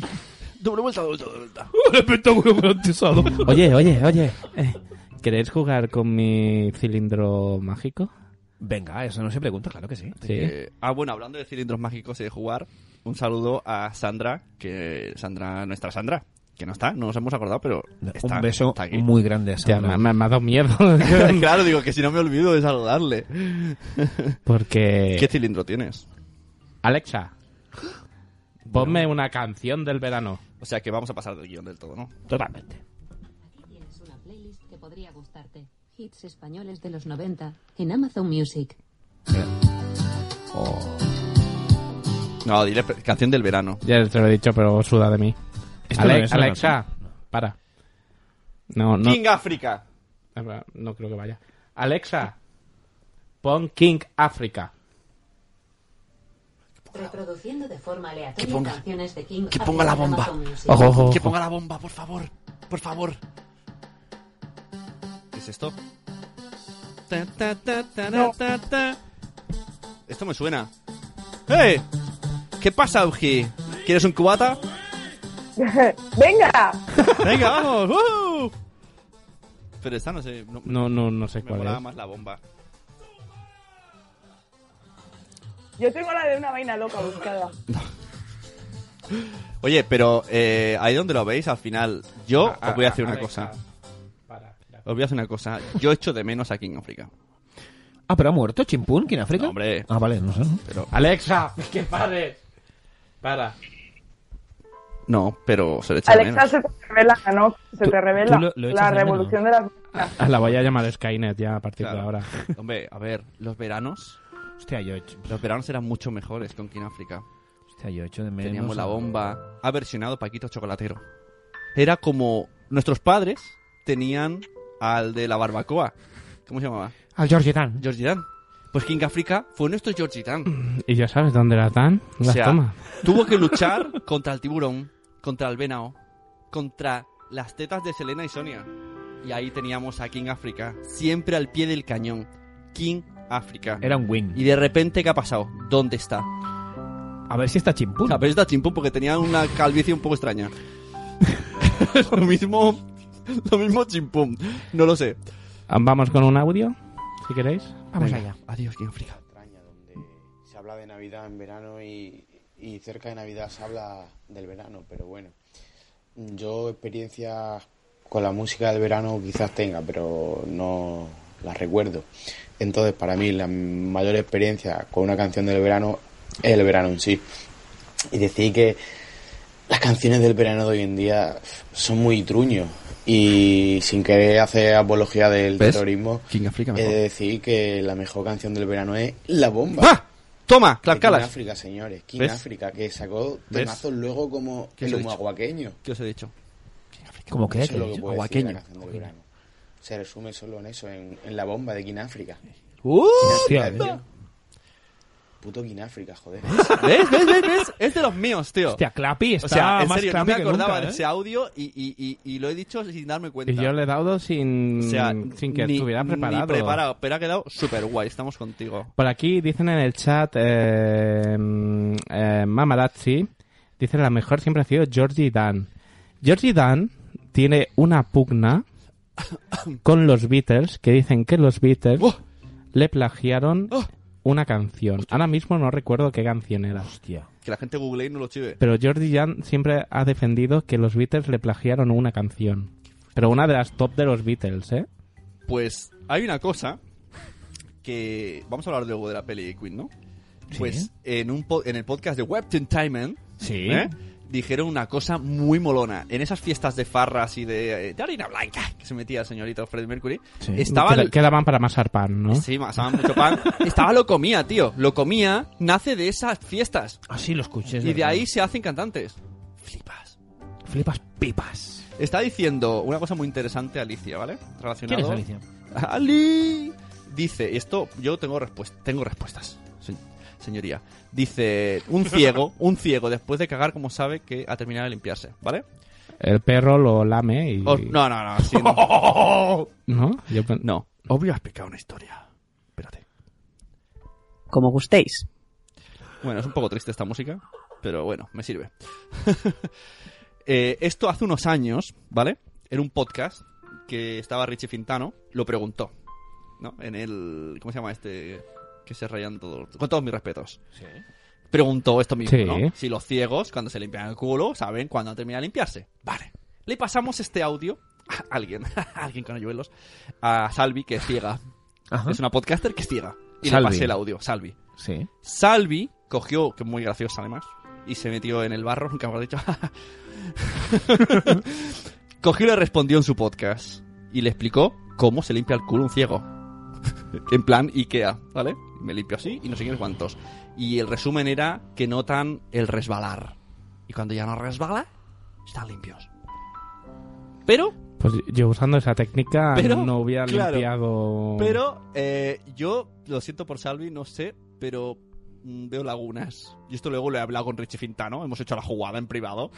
S6: ¿no?
S3: Doble vuelta, doble vuelta, doble vuelta.
S6: Un espectáculo garantizado.
S5: Oye, oye, oye. eh, ¿Queréis jugar con mi cilindro mágico?
S6: Venga, eso no se pregunta, claro que sí.
S5: Sí.
S3: Eh, ah, bueno, hablando de cilindros mágicos y de jugar, un saludo a Sandra, que Sandra, nuestra Sandra, que no está, no nos hemos acordado, pero está,
S6: Un beso
S3: está aquí.
S6: muy grande.
S5: Hostia, me, me- me ha dado miedo.
S3: claro, digo que si no me olvido de saludarle.
S6: Eh.
S5: Porque...
S3: ¿Qué cilindro tienes?
S5: Alexa, ponme una canción del verano.
S3: O sea que vamos a pasar del guión del todo, ¿no?
S6: Totalmente.
S10: Tienes una playlist que podría gustarte. Hits españoles de los 90 en Amazon Music.
S3: No, diré pe- canción del verano.
S5: Ya te lo he dicho, pero suda de mí.
S3: Esto no
S5: Ale-
S3: es una
S5: Alexa, para. No, no.
S3: King África.
S5: Ah, No creo que vaya. Alexa, pon King Africa.
S10: Reproduciendo de forma aleatoria
S3: Que ponga-
S10: canciones de King.
S3: que ponga la
S10: Africa en
S3: bomba.
S10: Amazon Music.
S5: Ojo, ojo,
S3: Que
S5: ojo.
S3: ponga la bomba, por favor. Por favor. ¿Qué es esto? Ta, ta, ta, ta, ta, ta. Esto me suena. ¡Hey! ¿Qué pasa, Uji? ¿Quieres un cubata?
S18: ¡Venga!
S3: ¡Venga, vamos! ¡Uh! Pero esta no sé. No,
S5: No, no, no sé
S3: me
S5: cuál
S3: molaba
S5: es.
S3: más la bomba.
S18: Yo tengo la de una vaina loca buscada.
S3: Oye, pero eh, ahí donde lo veis, al final, yo os voy a decir una cosa. Os voy a hacer una cosa. Yo echo de menos a King África.
S6: Ah, pero ha muerto Chimpún, ¿quién África?
S3: hombre.
S6: Ah, vale, no sé.
S3: Pero...
S5: Alexa, que pares. Para.
S3: No, pero se le echa de
S18: Alexa,
S3: menos.
S18: se te revela, ¿no? Se te revela
S5: tú lo- lo echas
S18: la
S5: de menos.
S18: revolución de las...
S5: Ah, La voy a llamar Skynet ya a partir de ahora.
S3: Hombre, a ver, los veranos.
S6: Hostia, yo
S3: Los veranos eran mucho mejores con King África.
S6: Hostia, yo echo de menos.
S3: Teníamos la bomba. Ha versionado Paquito Chocolatero. Era como. Nuestros padres tenían al de la barbacoa. ¿Cómo se llamaba?
S6: Al George Dan.
S3: Georgie Dan. Pues King África fue nuestro Georgie Dan.
S5: Y ya sabes dónde las dan,
S3: O
S5: las
S3: sea,
S5: toma.
S3: Tuvo que luchar contra el tiburón, contra el venao, contra las tetas de Selena y Sonia. Y ahí teníamos a King África, siempre al pie del cañón. King África.
S6: Era un win.
S3: Y de repente, ¿qué ha pasado? ¿Dónde está?
S6: A ver si está Chimpún.
S3: A ver, está chimpún porque tenía una calvicie un poco extraña. lo mismo. Lo mismo chimpún. No lo sé.
S5: Vamos con un audio, si queréis.
S3: Venga, Adiós, King África.
S19: se habla de Navidad en verano y, y cerca de Navidad se habla del verano, pero bueno, yo experiencias con la música del verano quizás tenga, pero no las recuerdo. Entonces, para mí, la mayor experiencia con una canción del verano es el verano en sí. Y decir que las canciones del verano de hoy en día son muy truños y sin querer hacer apología del
S3: ¿Ves?
S19: terrorismo,
S3: King África
S19: he
S3: mejor.
S19: de
S5: Eh,
S19: decir que la mejor canción del verano es La Bomba.
S3: ¡Ah! Toma, Clark
S19: King
S3: Calas.
S19: África, señores. King
S3: ¿Ves?
S19: África, que sacó
S3: ¿Ves?
S19: temazos luego como
S3: ¿Qué os
S19: el
S3: he dicho?
S19: humaguaqueño.
S3: ¿Qué os he dicho?
S6: ¿Cómo que?
S19: Eso es lo que puedo decir de
S3: Aguaqueño.
S19: la canción del verano. Se resume solo en eso, en, en la bomba de King África.
S3: ¡Uh!
S19: King África,
S3: anda.
S19: tío. Puto Guináfrica, joder.
S3: ¿Ves? ¿Ves? ¿Ves? ¿Ves? Es de los míos, tío.
S6: Hostia, Clapi está
S3: o sea, en
S6: más
S3: serio,
S6: Clapi
S3: no
S6: que
S3: me acordaba
S6: nunca,
S3: de
S6: ¿eh?
S3: ese audio y, y, y, y lo he dicho sin darme cuenta.
S5: Y yo le he dado sin,
S3: O sea,
S5: sin que
S3: ni-
S5: estuviera
S3: ni
S5: preparado.
S3: preparado, pero ha quedado súper guay. Estamos contigo.
S5: Por aquí dicen en el chat, eh, mm, eh, Mamarazzi, dice la mejor siempre ha sido Georgie Dan. Georgie Dan tiene una pugna con los Beatles que dicen que los Beatles
S3: ¡Oh!
S5: le plagiaron una canción. Ahora mismo no recuerdo qué canción era.
S3: Que la gente google y no lo chive.
S5: Pero Georgie Dan siempre ha defendido que los Beatles le plagiaron una canción. Pero una de las top de los Beatles, ¿eh?
S3: Pues hay una cosa que vamos a hablar luego de la peli de Queen, ¿no?
S5: Sí.
S3: Pues en un po- en el podcast de Web Entertainment,
S5: Sí.
S3: ¿eh? dijeron una cosa muy molona. En esas fiestas de farras y de, eh, de harina blanca que se metía el señorito Freddie Mercury, estaba
S5: Que, que daban para masar pan, ¿no?
S3: Sí, amasaban mucho pan. Estaba lo comía, tío. Lo comía nace de esas fiestas.
S6: Así lo escuché. es
S3: Y de
S6: verdad.
S3: ahí se hacen cantantes.
S6: Flipas pipas.
S3: Está diciendo una cosa muy interesante Alicia, ¿vale? Relacionado.
S6: ¿Quién es
S3: Ali dice, esto yo tengo respuesta, tengo respuestas, se- señoría. Dice, un ciego, un ciego después de cagar como sabe que ha terminado de limpiarse, ¿vale?
S5: El perro lo lame y...
S3: O- Oh, no, no, no, sí, no.
S5: ¿No? Yo pen-
S3: No. Obvio has pecado una historia.
S9: Como gustéis.
S3: Bueno, es un poco triste esta música, pero bueno, me sirve. Eh, esto hace unos años, ¿vale? Era un podcast que estaba Richie Fintano, lo preguntó, ¿no? En el... ¿Cómo se llama este? Que se rayan todos... Con todos mis respetos. Sí. Preguntó esto mismo,
S5: Sí.
S3: ¿no? Si los ciegos, cuando se limpian el culo, saben cuándo han terminado de limpiarse. Vale. Le pasamos este audio a alguien, a alguien con hoyuelos, a Salvi, que es ciega.
S6: Ajá.
S3: Es una podcaster que es ciega. Y
S5: Salvi.
S3: le pasé el audio, Salvi.
S5: Sí.
S3: Salvi cogió, que es muy gracioso además, y se metió en el barro, nunca mejor dicho. cogió y le respondió en su podcast. Y le explicó cómo se limpia el culo un ciego. en plan Ikea, ¿vale? Me limpio así y no sé quiénes cuantos. Y el resumen era que notan el resbalar. Y cuando ya no resbala, están limpios. Pero
S5: Pues yo usando esa técnica
S3: Pero,
S5: no hubiera
S3: claro,
S5: limpiado...
S3: Pero eh, yo lo siento por Salvi, no sé, pero mm, veo lagunas. Y esto luego lo he hablado con Richie Fintano, hemos hecho la jugada en privado.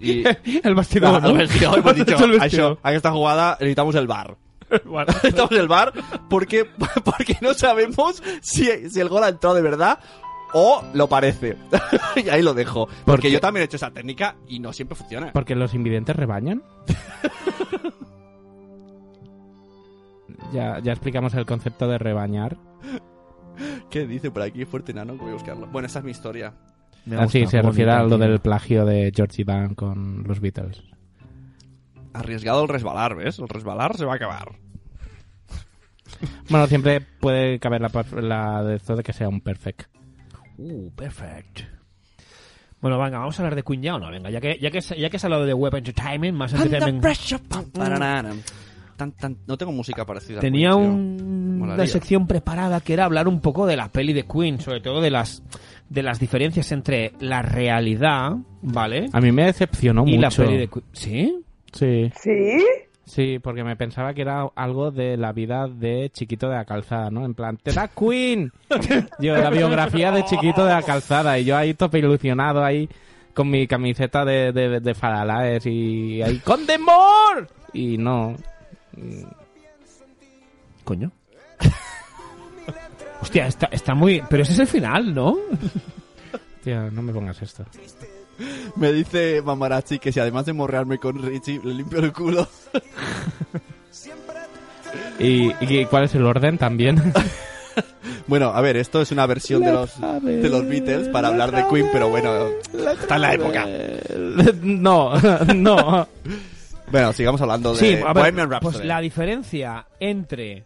S3: Y
S5: El bastidor,
S3: No,
S5: ¿no?
S3: el bastidor, hemos dicho,
S5: Hemos hecho el
S3: "Aisho,
S5: bastidor".
S3: a esta jugada necesitamos el bar. necesitamos el bar porque, porque no sabemos si, si el gol ha entrado de verdad o lo parece. y ahí lo dejo. Porque,
S5: Porque-
S3: yo también he hecho esa técnica y no siempre funciona.
S5: ¿Porque los invidentes rebañan? ya, ya explicamos el concepto de rebañar.
S3: ¿Qué dice por aquí? Fuerte nano, voy a buscarlo. Bueno, esa es mi historia.
S5: Así Ah, se refiere a lo del plagio de Georgie Dan con los Beatles.
S3: Arriesgado el resbalar, ¿ves? El resbalar se va a acabar.
S5: Bueno, siempre puede caber la, pa- la de esto de que sea un perfect.
S6: Uh, perfect. Bueno, venga, vamos a hablar de Queen ya o no. Venga, ya que, ya que, ya que has hablado de Web Entertainment, más Entertainment.
S3: Paranaram. Tan, tan- no tengo música parecida. a
S6: Mm. Tenía
S3: Queen, tío.
S6: un- una
S3: Molaría.
S6: sección preparada que era hablar un poco de la peli de Queen, sobre todo de las, de las diferencias entre la realidad, ¿vale?
S5: A mí me decepcionó
S6: y
S5: Ah, mucho.
S6: la peli de Queen. ¿Sí?
S5: Sí.
S7: ¿Sí?
S5: Sí, porque me pensaba que era algo de la vida de Chiquito de la Calzada, ¿no? En plan, ¡te da Queen! yo, la biografía de Chiquito de la Calzada. Y yo ahí tope ilusionado, ahí con mi camiseta de, de, de Faralaes y ahí ¡Con Demor! Y no. Mm,
S6: Coño. Hostia, está, está muy... Pero ese es el final, ¿no?
S5: Tío, no me pongas esto.
S3: Me dice Mamarachi que si además de morrearme con Richie, le limpio el culo.
S5: ¿Y, y cuál es el orden también?
S3: bueno, a ver, esto es una versión de los, de los Beatles para hablar de Queen, pero bueno, está en la época.
S5: Eh, no, no.
S3: Bueno, sigamos hablando de
S6: Sí, a ver,
S3: Eh, Bohemian Rhapsody.
S6: pues la diferencia entre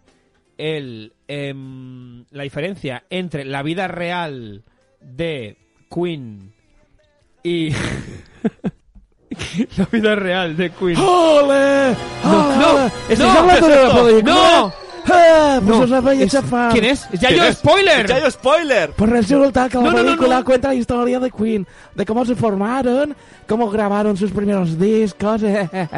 S6: el em, la diferencia entre la vida real de Queen y la vida real de Queen.
S8: ¡Ole!
S6: No, no,
S8: ¡Ole!
S6: estoy
S8: No, ¿qué
S6: hablando
S8: ¡Ah! es
S6: de la
S8: esto?
S6: película.
S8: ¡No! ¡Ah! Pues
S6: No,
S8: os habéis
S6: es-
S8: hecho fan.
S6: ¿quién es? ¡Es Yayo Spoiler!
S8: ¡Es Yayo
S3: Spoiler!
S8: Pues resulta que la
S6: No, no, no,
S8: película
S6: no.
S8: cuenta la historia de Queen, de cómo se formaron, cómo grabaron sus primeros discos. Me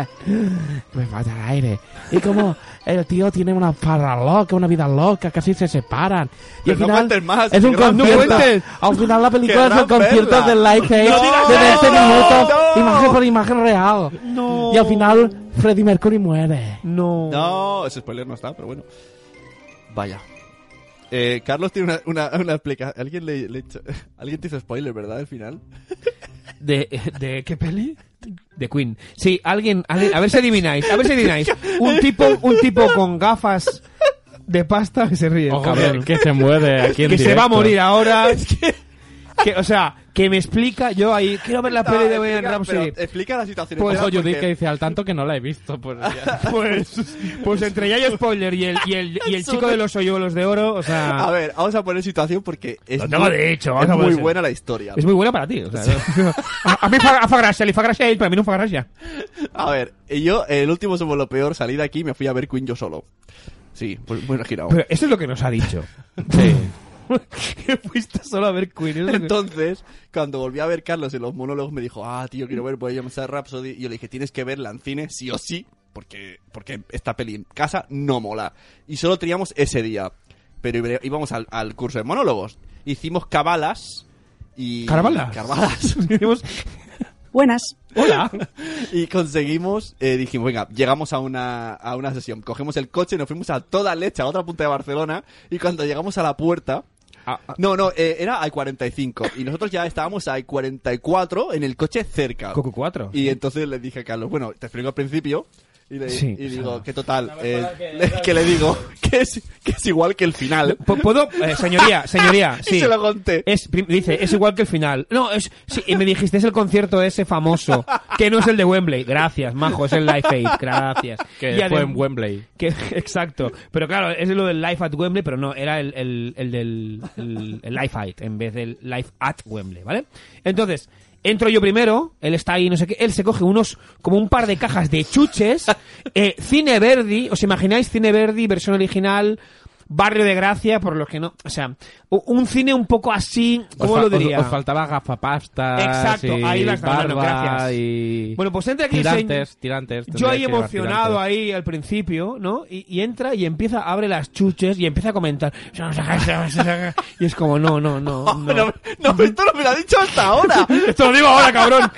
S8: falta el aire. Y cómo el tío tiene una farra loca, una vida loca, casi se separan. Y
S3: Pero
S8: al
S3: no
S8: final
S3: cuentes más,
S8: es un
S3: que gran- no
S8: concierto.
S3: cuentes.
S8: al final la película
S3: Que
S8: es un
S3: gran
S8: concierto
S3: perla.
S8: de Life Aid
S3: No digas
S8: de 20
S3: eso,
S8: minutos,
S3: no.
S8: imagen por imagen real. Y al final Freddie Mercury muere.
S6: No.
S3: No, ese spoiler no está, pero bueno. Vaya. Eh, Carlos tiene una, una, una explicación. ¿Alguien, le, le hizo- Alguien te hizo spoiler, ¿verdad? El final.
S6: ¿De, de qué peli? De Queen. Sí, alguien, alguien- a ver si adivináis, a ver si adivináis. Un tipo, un tipo con gafas de pasta que se ríe, el
S5: Ojo,
S6: cabrón.
S5: que- que se muere aquí en
S6: Que se
S5: directo.
S6: va a morir ahora. Que, o sea, que me explica yo ahí, quiero ver la
S3: No,
S6: peli de
S3: explica,
S6: Bohemian Rhapsody.
S3: pero explica la situación
S6: Pues,
S3: entera
S6: ojo,
S5: Judy
S3: porque-
S5: que dice al tanto que no la he visto. Pues, ya.
S6: Pues, pues entre Yayo Spoiler y el, y el, y el chico de los hoyuelos de oro, o sea...
S3: A ver, vamos a poner situación porque es,
S6: Ah. Lo tengo
S3: muy-
S6: dicho,
S3: es
S6: vamos a
S3: muy
S6: ponerse.
S3: buena la historia.
S6: Es muy buena para ti. O sea, a, a mí fa- a fa gracia, le fa gracia a él, pero a mí no fa gracia.
S3: A ver, y yo, el último somos lo peor, salí de aquí y me fui a ver Queen yo solo. Sí, pues bueno, girado.
S6: Pero eso es lo que nos ha dicho.
S3: Sí.
S6: que fuiste solo a ver Queen. es lo que-
S3: Entonces, cuando volví a ver Carlos en los monólogos, me dijo, ah, tío, quiero ver Bohemian Rhapsody. Y yo le dije, tienes que verla en cine sí o sí, porque, porque esta peli en casa no mola. Y solo teníamos ese día. Pero ibre- íbamos al, al curso de monólogos. Hicimos cabalas y...
S6: ¿Caravalas?
S3: Caravalas.
S9: Buenas.
S6: Hola.
S3: y conseguimos, eh, dijimos, venga, llegamos a una, a una sesión, cogemos el coche, nos fuimos a toda leche, a otra punta de Barcelona, y cuando llegamos a la puerta...
S5: Ah,
S6: Ah.
S3: No, no, eh, era al 45 y nosotros ya estábamos al 44 en el coche cerca.
S6: Coco 4.
S3: Y entonces le dije a Carlos, bueno, te explico al principio y, le,
S6: Sí.
S3: y digo, que total, eh, le- que, le digo que es, que es igual que el final.
S6: P- ¿Puedo? Eh, señoría, señoría.
S3: Y
S6: Sí.
S3: se lo conté.
S6: Es, prim- dice, es igual que el final. No, es. sí, y me dijiste, es el concierto ese famoso. Que no es el de Wembley. Gracias, majo, es el Life Aid. Gracias.
S5: Que
S6: Y
S5: fue
S6: adem-
S5: en Wembley.
S6: que- exacto. Pero claro, es lo del Life at Wembley, pero no, era el, el, el del el- el Life Aid en vez del Life at Wembley, ¿vale? Entonces, entro yo primero, él está ahí, no sé qué, él se coge unos, como un par de cajas de chuches, eh, Cine Verdi, ¿os imagináis Cine Verdi, versión original? Barrio de Gracia, por los que no. O sea, u- un cine un poco así, ¿cómo
S5: Os fa-
S6: lo
S5: os-
S6: diría?
S5: Os, faltaba gafapastas.
S6: Exacto,
S5: y
S6: ahí las bueno,
S5: barba
S6: gracias.
S5: y-
S6: Bueno, pues entra aquí el
S5: Tirantes,
S6: señor-
S5: tirantes.
S6: Yo
S5: tendría
S6: ahí
S5: que llevar
S6: emocionado
S5: tirantes.
S6: ahí al principio, ¿no? Y, y entra y empieza, abre las chuches y empieza a comentar. Y es como, no, no, no. no.
S3: No, pero esto no me lo ha dicho hasta ahora.
S6: Esto lo digo ahora, cabrón.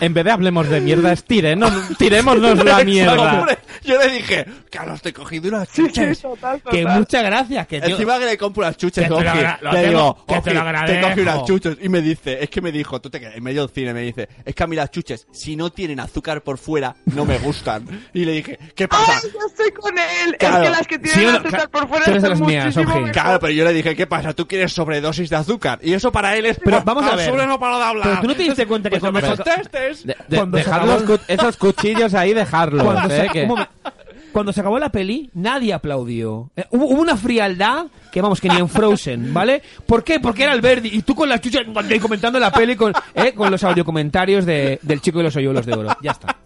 S5: En vez de hablemos de mierda, es tirenos, tirémonos la mierda.
S3: Hombre, yo le dije, Carlos, te he cogido unas chuches.
S6: Que muchas gracias. Que yo-
S3: Encima que le compro unas
S6: Que
S3: chuches,
S6: te lo
S3: Oji.
S6: agra- lo
S3: Le
S6: tengo-
S3: digo,
S6: que te
S3: "Oji,
S6: lo
S3: te cogí
S6: agradezco".
S3: unas chuches. Y me dice, es que me dijo, tú te quedas en medio del cine, me dice, es que a mí las chuches, si no tienen azúcar por fuera, no me gustan. Y le dije, ¿qué pasa?
S7: Yo estoy con él.
S3: Claro.
S7: Es que las que tienen
S3: Sí,
S7: que
S3: no,
S7: aceptar
S3: claro.
S7: por fuera
S6: Tú eres de
S7: están
S6: las mías,
S7: muchísimo
S6: Oji.
S7: mejor.
S3: Claro, pero yo le dije, ¿qué pasa? Tú quieres sobredosis de azúcar. Y eso para él es.
S6: Pero vamos a
S3: "Ah,
S6: ver.
S3: sobre no paro de hablar.
S6: Pero tú no te diste cuenta que
S3: Pues no me
S6: cuando-
S3: contestes.
S5: De- de-
S6: Cuando se
S5: dejad
S6: acabó-
S5: los cu- esos cuchillos ahí, dejarlos.
S6: Cuando,
S5: eh,
S6: se,
S5: que-
S6: un momen- cuando se acabó la peli, nadie aplaudió. Eh, hubo, hubo una frialdad que, vamos, que ni en Frozen, ¿vale? ¿Por qué? Porque era el Verdi y tú con las chuchas y comentando la peli con, eh, con los audiocomentarios de, del chico de los hoyuelos de oro. Ya está.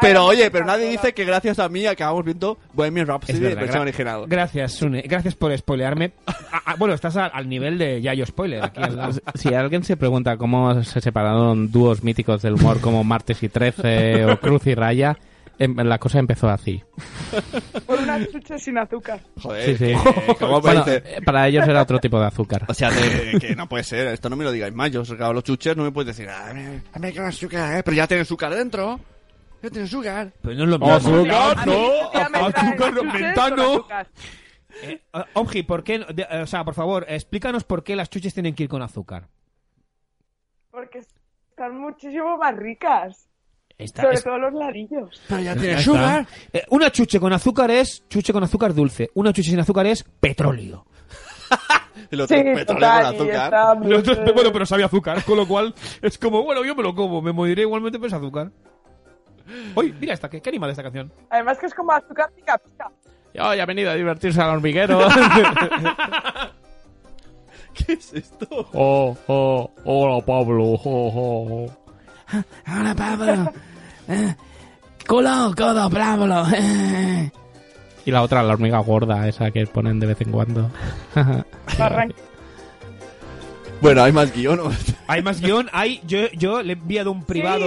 S3: Pero oye, pero nadie dice que gracias a mí acabamos viendo Bohemian Rhapsody
S6: Es
S3: de
S6: verdad,
S3: versión
S6: gra-
S3: original.
S6: Gracias, Sune. Gracias por spoilearme. A- a- bueno, estás al, al nivel de Yayo Spoiler. Aquí al lado.
S5: Pues, Si alguien se pregunta cómo se separaron dúos míticos del humor como Martes y Trece o Cruz y Raya, em, la cosa empezó así.
S18: Por unas chuches sin azúcar.
S5: Sí,
S3: Joder,
S5: sí.
S3: que- ¿cómo me
S5: Bueno,
S3: dice?
S5: eh, para ellos era otro tipo de azúcar.
S3: O sea, de- que no puede ser, esto no me lo digáis más. Yo os he sacado los chuches, no me puedes decir, "Ah, me- a mí que me azúcar, eh, pero ya tiene azúcar dentro. Ya tiene azúcar.
S6: Pero no es lo mismo.
S3: Azúcar, no.
S6: Azúcar,
S18: no,
S6: mentano. Eh, Omji, ¿por qué? no- de- eh, o sea, por favor, explícanos por qué las chuches tienen que ir con azúcar.
S18: Porque están muchísimo más ricas.
S6: Está-
S18: sobre
S6: es-
S18: todo los ladrillos.
S3: Pero ya
S6: Ahí está. Eh, una chuche con azúcar es chuche con azúcar dulce. Una chuche sin azúcar es petróleo.
S3: El otro petróleo con azúcar.
S6: bueno, pero sabe azúcar, con lo cual es como, bueno, yo me lo como, me moriré igualmente, pero es azúcar. Uy, mira esta, qué, qué animal esta canción.
S18: Además que es como azúcar pica pica.
S5: Hoy ha venido a divertirse al hormiguero.
S3: ¿Qué es esto?
S5: oh, oh, hola Pablo. Oh, oh,
S8: Ahora, Pablo. Eh, culo, codo, Pablo.
S5: Y la otra, la hormiga gorda, esa que ponen de vez en cuando.
S3: Bueno, hay más guión.
S6: Hay más guión. Hay, yo, yo le he enviado un privado.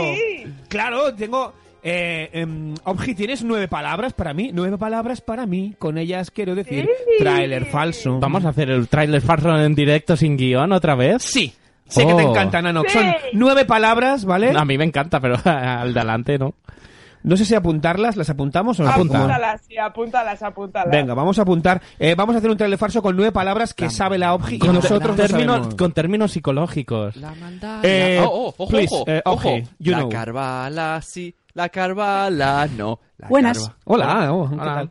S6: Claro, tengo. Eh, em, Obji, tienes nueve palabras para mí. Nueve palabras para mí. Con ellas quiero decir tráiler falso.
S5: ¿Vamos a hacer el tráiler falso en directo sin guión otra vez?
S6: Sí. Sé que te encanta, Nanox. Son nueve palabras, ¿vale?
S5: Oh. A mí me encanta, pero al delante no.
S6: No sé si apuntarlas, ¿las apuntamos o no apuntamos?
S18: Apúntalas, sí, apúntalas, apúntalas.
S6: Venga, vamos a apuntar. Eh, vamos a hacer un trailer falso con nueve palabras que sabe la Obji y
S5: Con,
S6: nosotros no
S5: términos-
S6: sabemos.
S5: con términos psicológicos.
S6: Eh,
S3: oh, oh, ojo,
S6: please,
S3: ojo,
S6: eh,
S3: ojo.
S6: Obji, you
S3: la
S6: know.
S3: Carvala sí, la Carvala no. La
S9: Buenas.
S3: Carva-
S6: Hola, oh, ¿qué tal?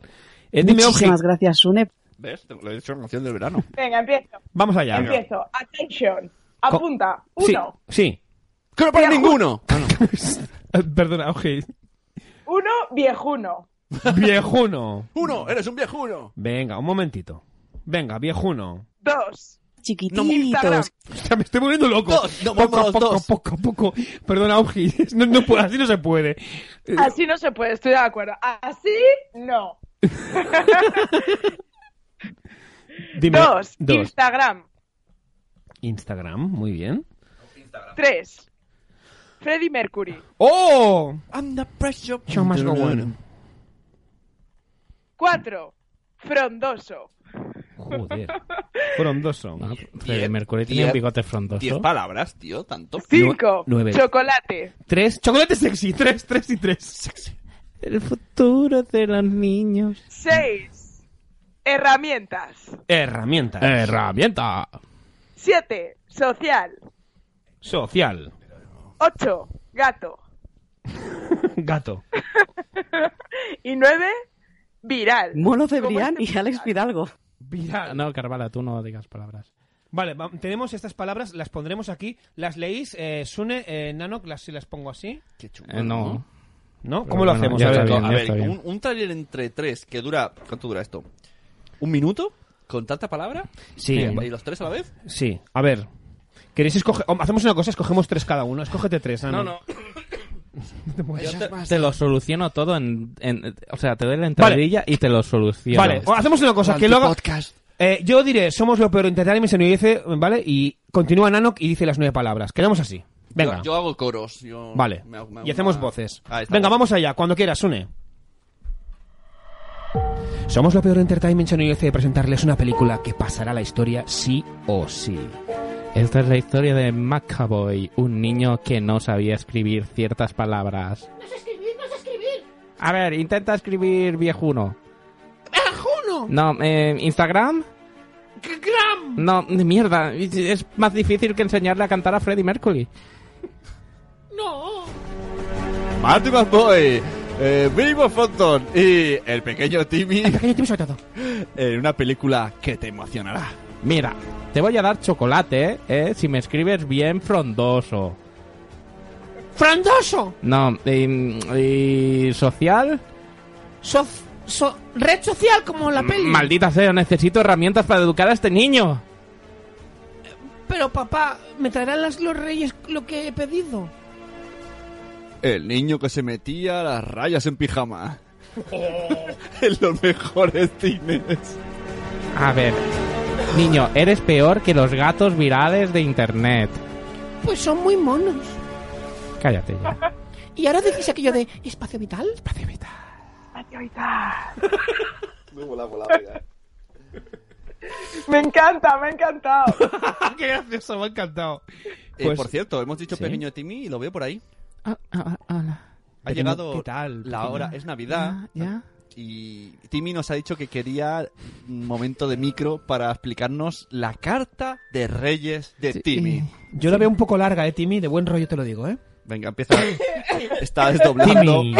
S6: Eh, dime, Obji.
S9: Muchísimas gracias, Sune.
S3: ¿Ves? Te Lo he dicho en canción del verano.
S18: Venga, empiezo.
S6: Vamos allá.
S18: Empiezo. Attention. Apunta.
S6: Sí,
S18: Uno.
S6: sí.
S3: ¡Que Ah, no para ninguno!
S6: Eh, Perdona, Obji.
S18: Uno, viejuno.
S6: Viejuno.
S3: ¡Uno! ¡Eres un viejuno!
S6: Venga, un momentito. Venga, viejuno.
S18: Dos. Instagram.
S9: Chiquititos.
S6: Hostia, me estoy volviendo loco.
S3: Dos, no,
S6: poco,
S3: vamos,
S6: poco,
S3: dos.
S6: poco, poco. Perdona, Augi. No, no puedo, así no se puede. Eh,
S18: Así no se puede, estoy de acuerdo. Así no.
S6: dime.
S18: Dos.
S6: Dos.
S18: Instagram.
S6: Instagram, muy bien.
S18: Tres. Freddie Mercury.
S6: ¡Oh!
S3: Under pressure.
S6: Show must go on.
S18: Cuatro. Frondoso.
S6: Joder. Frondoso.
S5: Ah, Freddie Mercury tiene
S3: diez-
S5: un bigote
S3: Diez
S5: frondoso.
S3: palabras, tío, tanto.
S18: Cinco.
S6: nueve.
S18: Chocolate.
S6: Tres. Chocolate sexy. Tres, tres y tres. Sexy.
S5: El futuro de los niños.
S18: Seis. Herramientas.
S6: Herramientas.
S5: Herramienta.
S18: Siete. Social.
S6: Social.
S18: Ocho. Gato.
S6: Gato.
S18: Y nueve. Viral.
S9: Mono de
S18: ¿Cómo
S9: Brian
S18: se
S9: y Alex Fidalgo.
S6: Viral.
S5: No, Carvala, tú no digas palabras.
S6: Vale, va- tenemos estas palabras, las pondremos aquí. ¿Las leéis? Eh, Sune, eh, Nano, las, si las pongo así.
S3: Qué chulo.
S5: Eh, no.
S6: ¿No?
S5: Pero
S6: ¿Cómo lo
S5: bueno,
S6: hacemos?
S5: ya
S6: A
S5: está
S6: ver,
S5: bien,
S3: a
S5: ya
S3: ver,
S5: está bien.
S3: un, un taller entre tres que dura. ¿Cuánto dura esto? ¿Un minuto? ¿Con tanta palabra?
S6: Sí.
S3: ¿Y los tres a la vez?
S6: Sí, a ver. ¿Queréis escoger? o Hacemos una cosa, escogemos tres cada uno. Escógete tres, Nano.
S3: Yo te-
S5: Te lo soluciono todo en, en- O sea, te doy la entradilla y te lo soluciono.
S6: Vale, o hacemos una cosa, que lo haga... Eh, yo diré, somos lo peor, intentar y me se me dice, ¿vale? Y continúa Nano y dice las nueve palabras. Quedamos así. Venga.
S3: Yo, yo hago coros. yo-
S6: Vale.
S3: me hago- me hago
S6: y hacemos
S3: una-
S6: voces.
S3: Ah, está
S6: Venga,
S3: bien.
S6: vamos allá, cuando quieras, Sune. Somos lo peor Entertainment Channel y de presentarles una película que pasará a la historia sí o sí.
S5: Esta es la historia de Macaboy, un niño que no sabía escribir ciertas palabras. ¡No sé escribir, no sé escribir! A ver, intenta escribir viejuno. ¡Viejuno! No, eh, ¿Instagram? ¡Gram! No, mierda, es más difícil que enseñarle a cantar a Freddie Mercury.
S3: Marty McBoy, eh, Billy Bob Thornton y el pequeño Timmy en una película que te emocionará.
S5: Mira, te voy a dar chocolate, ¿eh? Si me escribes bien frondoso.
S6: ¡Frondoso!
S5: No, y, y social...
S6: red social como la peli.
S5: Maldita sea, necesito herramientas para educar a este niño.
S6: Pero papá, ¿me traerán los reyes lo que he pedido?
S3: El niño que se metía las rayas en pijama.
S6: Oh.
S3: en los mejores cines.
S5: A ver, niño, eres peor que los gatos virales de internet.
S6: Pues son muy monos.
S5: Cállate ya.
S6: Y ahora decís aquello de espacio vital. Espacio vital.
S18: Me encanta, me ha encantado.
S6: ¡Qué gracioso! Me ha encantado.
S3: Eh,
S6: Pues-
S3: por cierto, hemos dicho
S6: ¿Sí?
S3: pequeño Timmy y lo veo por ahí.
S5: Ah, hola. Ah,
S3: Ha
S6: Pequeño-
S3: llegado
S6: ¿qué tal,
S3: la
S6: pequeño?
S3: hora, es Navidad.
S5: ¿Ya?
S3: Y Timmy nos ha dicho que quería un momento de micro para explicarnos la carta de Reyes de Timmy.
S6: Yo la veo un poco larga, eh, Timmy. De buen rollo te lo digo, eh.
S3: Venga, empieza. Está desdoblando.
S6: Timmy.